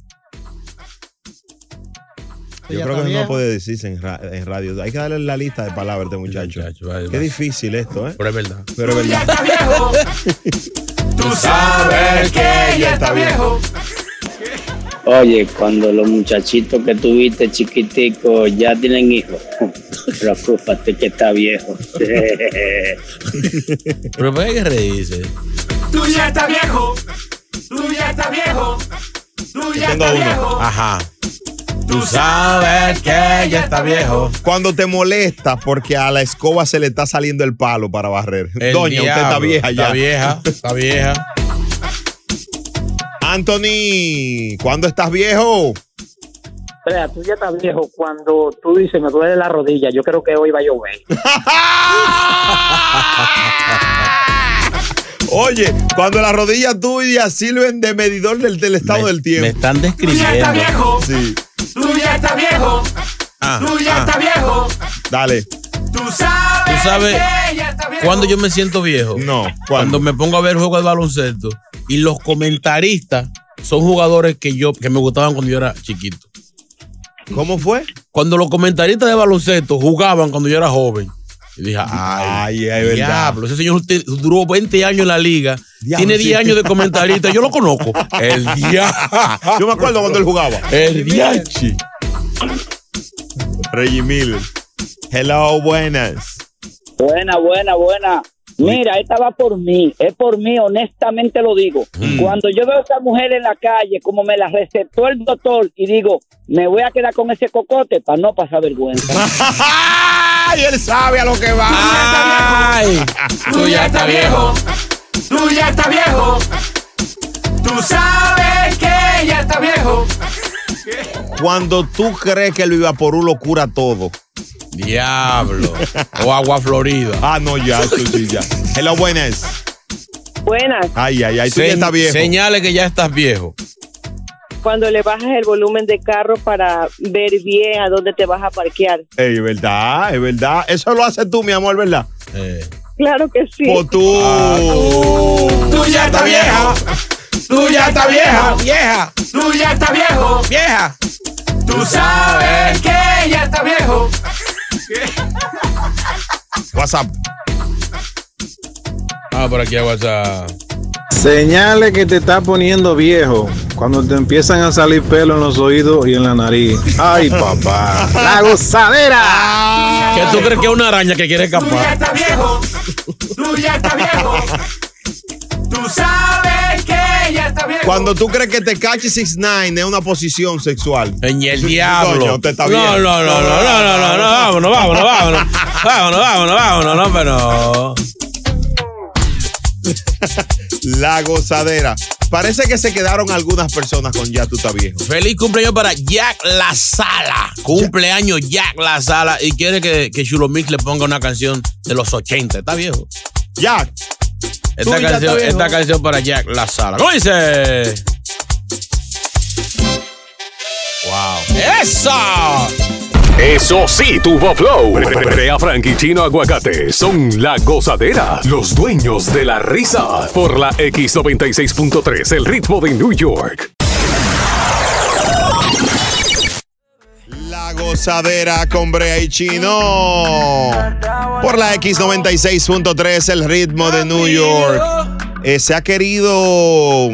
Tú
Yo
ya
creo
estás
que no
viejo.
puede decirse en, ra- en radio. Hay que darle la lista de palabras a este muchacho. Qué difícil esto, ¿eh?
Pero es verdad.
Pero es
Tú
verdad.
ya estás viejo. Tú sabes que ya está viejo.
Oye, cuando los muchachitos que tuviste chiquiticos ya tienen hijos, preocúpate que está viejo.
Pero ¿por qué reírse?
Tú ya estás viejo. Tú ya estás viejo. Tú ya
Tengo
estás
uno.
viejo.
Ajá.
Tú sabes que ya está viejo.
Cuando te molesta porque a la escoba se le está saliendo el palo para barrer.
El
Doña, usted está
diablo.
vieja ya.
Está vieja, está vieja.
Anthony, ¿cuándo estás viejo?
Andrea, tú ya estás viejo cuando tú dices me duele la rodilla. Yo creo que hoy va a llover.
Oye, cuando las rodillas tuyas sirven de medidor del, del estado del tiempo. Me
están
Tú ya estás viejo.
Sí.
Tú ya estás viejo.
Ah,
Tú ya
ah.
estás viejo.
Dale.
Tú sabes,
Tú sabes
que ya está viejo.
¿Cuándo yo me siento viejo?
No.
Cuando me pongo a ver juegos de baloncesto y los comentaristas son jugadores que yo que me gustaban cuando yo era chiquito.
¿Cómo fue?
Cuando los comentaristas de baloncesto jugaban cuando yo era joven. Y dije, ay,
ay, verdad.
diablo, ese señor te- duró 20 años en la liga,
Diablo,
tiene
sí.
10 años de comentarista, yo lo conozco. El diablo.
Yo me acuerdo cuando él jugaba.
El diachi.
Reggie Miller. Hello, buenas.
Buena, buena, buena. Mira, esta va por mí, es por mí, honestamente lo digo.
Mm.
Cuando yo veo a esa mujer en la calle, como me la recetó el doctor, y digo, me voy a quedar con ese cocote para no pasar vergüenza.
¡Ay, él sabe a lo que va!
¡Ay!
Tú ya estás viejo. Tú ya estás viejo. Tú sabes que ya está viejo.
Cuando tú crees que el Vivaporú lo cura todo.
Diablo. O agua florida.
Ah, no, ya, tú sí, ya. Hello, buenas.
Buenas,
Ay, ay, ay, tú ya
Señ-
estás viejo.
Señales que ya estás viejo.
cuando le bajas el volumen de carro para ver bien a dónde te vas a parquear.
Ey, es verdad, es verdad. Eso lo haces tú, mi amor, ¿verdad?
Eh.
Claro que sí.
O tú.
Tú ya estás vieja. Tú ya estás vieja.
Vieja.
Tú ya estás viejo.
Vieja.
Tú sabes que ya está viejo.
WhatsApp.
Ah, por aquí a WhatsApp.
Señales que te estás poniendo viejo cuando te empiezan a salir pelo en los oídos y en la nariz. Ay, papá. La gozadera.
¿Qué tú crees que es una araña que quiere escapar?
Tú ya estás viejo. Tú ya estás viejo. Tú sabes que ya está viejo.
Cuando tú crees que te cache 6ix9ine es una posición sexual.
En el diablo.
Coño, usted está
no,
bien.
no, no, no, no, no, no, no, vámonos, vámonos, vámonos. Vámonos, vámonos, vámonos, no, pero no.
La gozadera. Parece que se quedaron algunas personas con ya tú estás viejo.
Feliz cumpleaños para Jack La Sala. Cumpleaños Jack La Sala. Y quiere que, que Chulo Mix le ponga una canción de los 80. Está viejo.
Jack.
Esta,
Tú ya
canción,
estás viejo.
esta canción para Jack La Sala. ¿Cómo dice? Wow. ¡Esa!
Eso sí, tuvo flow. Brea Frank y Chino Aguacate son la gozadera, los dueños de la risa. Por la X96.3, el ritmo de New York.
La gozadera con Brea y Chino. Por la X96.3, el ritmo de New York. Eh, se ha querido.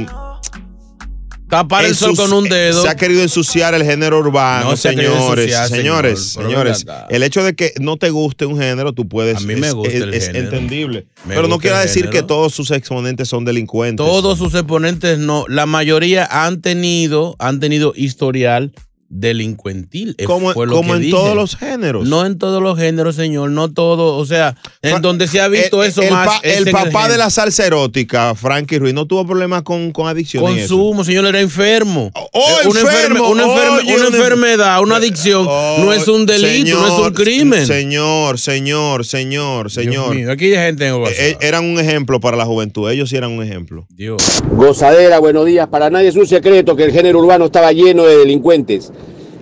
Tapar el sol
ensuci-
con un dedo.
Se ha querido ensuciar el género urbano,
No se ha querido
señores.
ensuciar,
señores,
señor, pero
señores.
ven acá.
El hecho de que no te guste un género, tú puedes.
A mí me
es-
gusta
es-
el
es
género.
entendible.
Me
Pero no
gusta
quiere
el
decir que
género.
todos sus exponentes son delincuentes.
Todos sus exponentes no. La mayoría han tenido, han tenido historial delincuentil. Eh,
Como,
fue lo
como
que
en
dije.
todos los géneros.
No en todos los géneros, señor. No todo. O sea, en donde se ha visto
el,
eso
Eh, el
más.
pa-
es
el
en
papá de
género.
la salsa erótica, Frankie Ruiz, no tuvo problemas con, con adicción. y eso.
Consumo, señor, era enfermo.
oh,
Eh, una
enfermo,
una, enferme-
oye,
una
una-
enfermedad, una adicción, no es un delito, no es un
Eh, oh, señor,
crimen.
Señor, señor, señor, señor.
mío, aquí hay gente
Eh, eran un ejemplo para la juventud, ellos sí eran un ejemplo.
Dios.
Gozadera, buenos días. Para nadie es un secreto que el género urbano estaba lleno de delincuentes.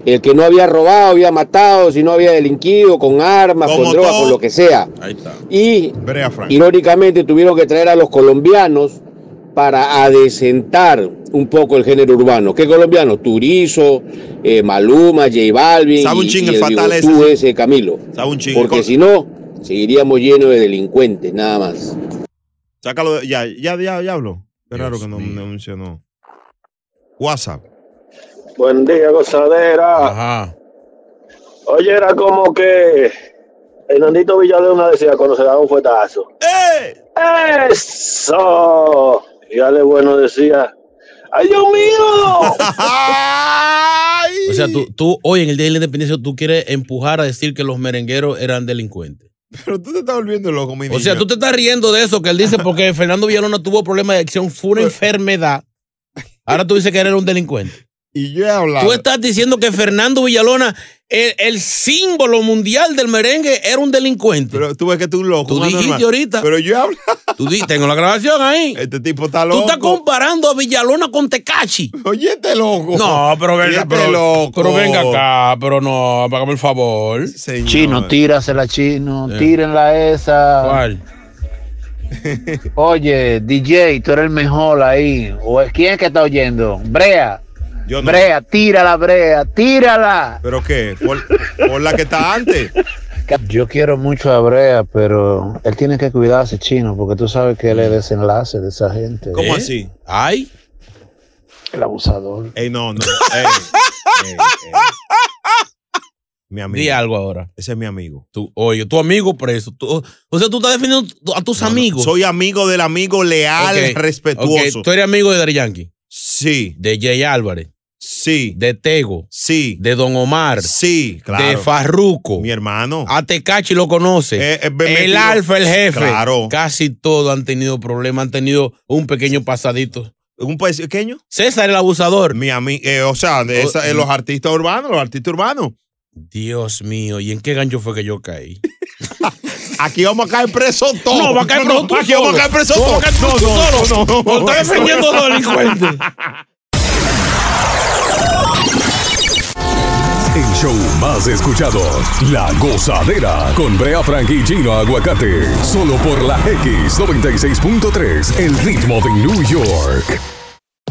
El que no había robado, había matado, si no había delinquido, con armas,
Como
con drogas,
todo.
con lo que sea.
Ahí está.
Y
Brea Frank.
irónicamente tuvieron que traer a los colombianos para adecentar un poco el género urbano. ¿Qué colombianos? Turizo, eh, Maluma, J Balvin
Sabe un
y,
chingue
y el
fatal ese,
bigotú
sí.
ese Camilo.
Sabe un chingue.
Porque
Con-
si no, seguiríamos llenos de delincuentes, nada más.
Sácalo, de- ya, ya, ya, ya habló. Qué raro que no no mencionó. WhatsApp.
Buen día, gozadera. Oye, era como que Hernandito Villaluna decía cuando se daba un fuetazo.
¡Eh!
¡Eh, ¡Eso! Y Ale Bueno decía, ¡ay, Dios mío!
O sea, tú, tú hoy en el Día de la Independencia tú quieres empujar a decir que los merengueros eran delincuentes.
Pero tú te estás volviendo loco, mi
O sea, tú te estás riendo de eso que él dice porque Fernando Villalona tuvo problemas de adicción, fue una
Pues-
enfermedad. Ahora tú dices que él era un delincuente.
Y yo he hablado.
Tú estás diciendo que Fernando Villalona, el, el símbolo mundial del merengue, era un delincuente.
Pero tú ves que tú un loco.
Tú
un
dijiste
anormal.
ahorita.
Pero yo hablo.
Tú di- tengo la grabación ahí.
Este tipo está
Tú estás
loco.
comparando a Villalona con Tecachi.
Oye, este loco.
No, pero
Oye,
venga,
este
pero,
loco.
pero venga acá, pero no, hágame el favor.
Chino, tírasela, chino, tírenla esa.
Eh. ¿Cuál?
Oye, DJ, tú eres el mejor ahí. O, ¿Quién es que está oyendo? Brea.
Yo no.
Brea, tírala, Brea, tírala.
¿Pero qué? Por, por la que está antes.
Yo quiero mucho a Brea, pero él tiene que cuidarse, chino, porque tú sabes que él es desenlace de esa gente.
¿Cómo así?
Ay.
El abusador.
Ey, no, no. Ey, ey, ey. Mi amigo.
Di algo ahora.
Ese es mi amigo.
Tú, oye, tu amigo preso. Tú- o sea, tú estás defendiendo a tus amigos.
Soy amigo del amigo leal,
Ok,
respetuoso.
ok, Tú eres amigo de Dari Yankee.
Sí.
De Jay Álvarez.
Sí.
De Tego.
Sí.
De Don Omar.
Sí, claro.
De Farruco. Mi
hermano. Eh,
A Tecachi lo conoce.
me
el
digo-
Alfa, el jefe.
Claro.
Casi todos han tenido problemas, han tenido un pequeño pasadito.
¿Un pequeño?
César el abusador. Oh, mm.
Mi amigo, o sea, de esa- eh, los artistas urbanos, los artistas urbanos.
Dios mío, ¿y en qué gancho fue que yo caí?
Aquí vamos a caer preso todos.
No, va a caer preso tú
Aquí vamos a
solo.
caer preso
No, va
todos.
a caer preso tú solo. No está defendiendo a los delincuentes.
El show más escuchado, La Gozadera, con Brea Frank y Chino Aguacate, solo por la X96.3, el ritmo de New York.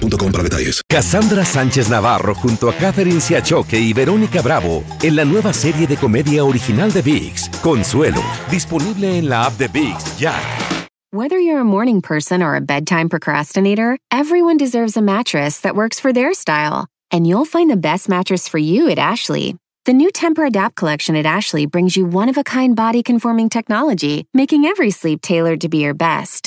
para detalles.
Cassandra Sánchez Navarro junto a Catherine Siachoque y Verónica Bravo en la nueva serie de comedia original de Vix, Consuelo, disponible en la app de Vix ya.
Whether you're a morning person or a bedtime procrastinator, everyone deserves a mattress that works for their style. And you'll find the best mattress for you at Ashley. The new Temper Adapt collection at Ashley brings you one of a kind body conforming technology, making every sleep tailored to be your best.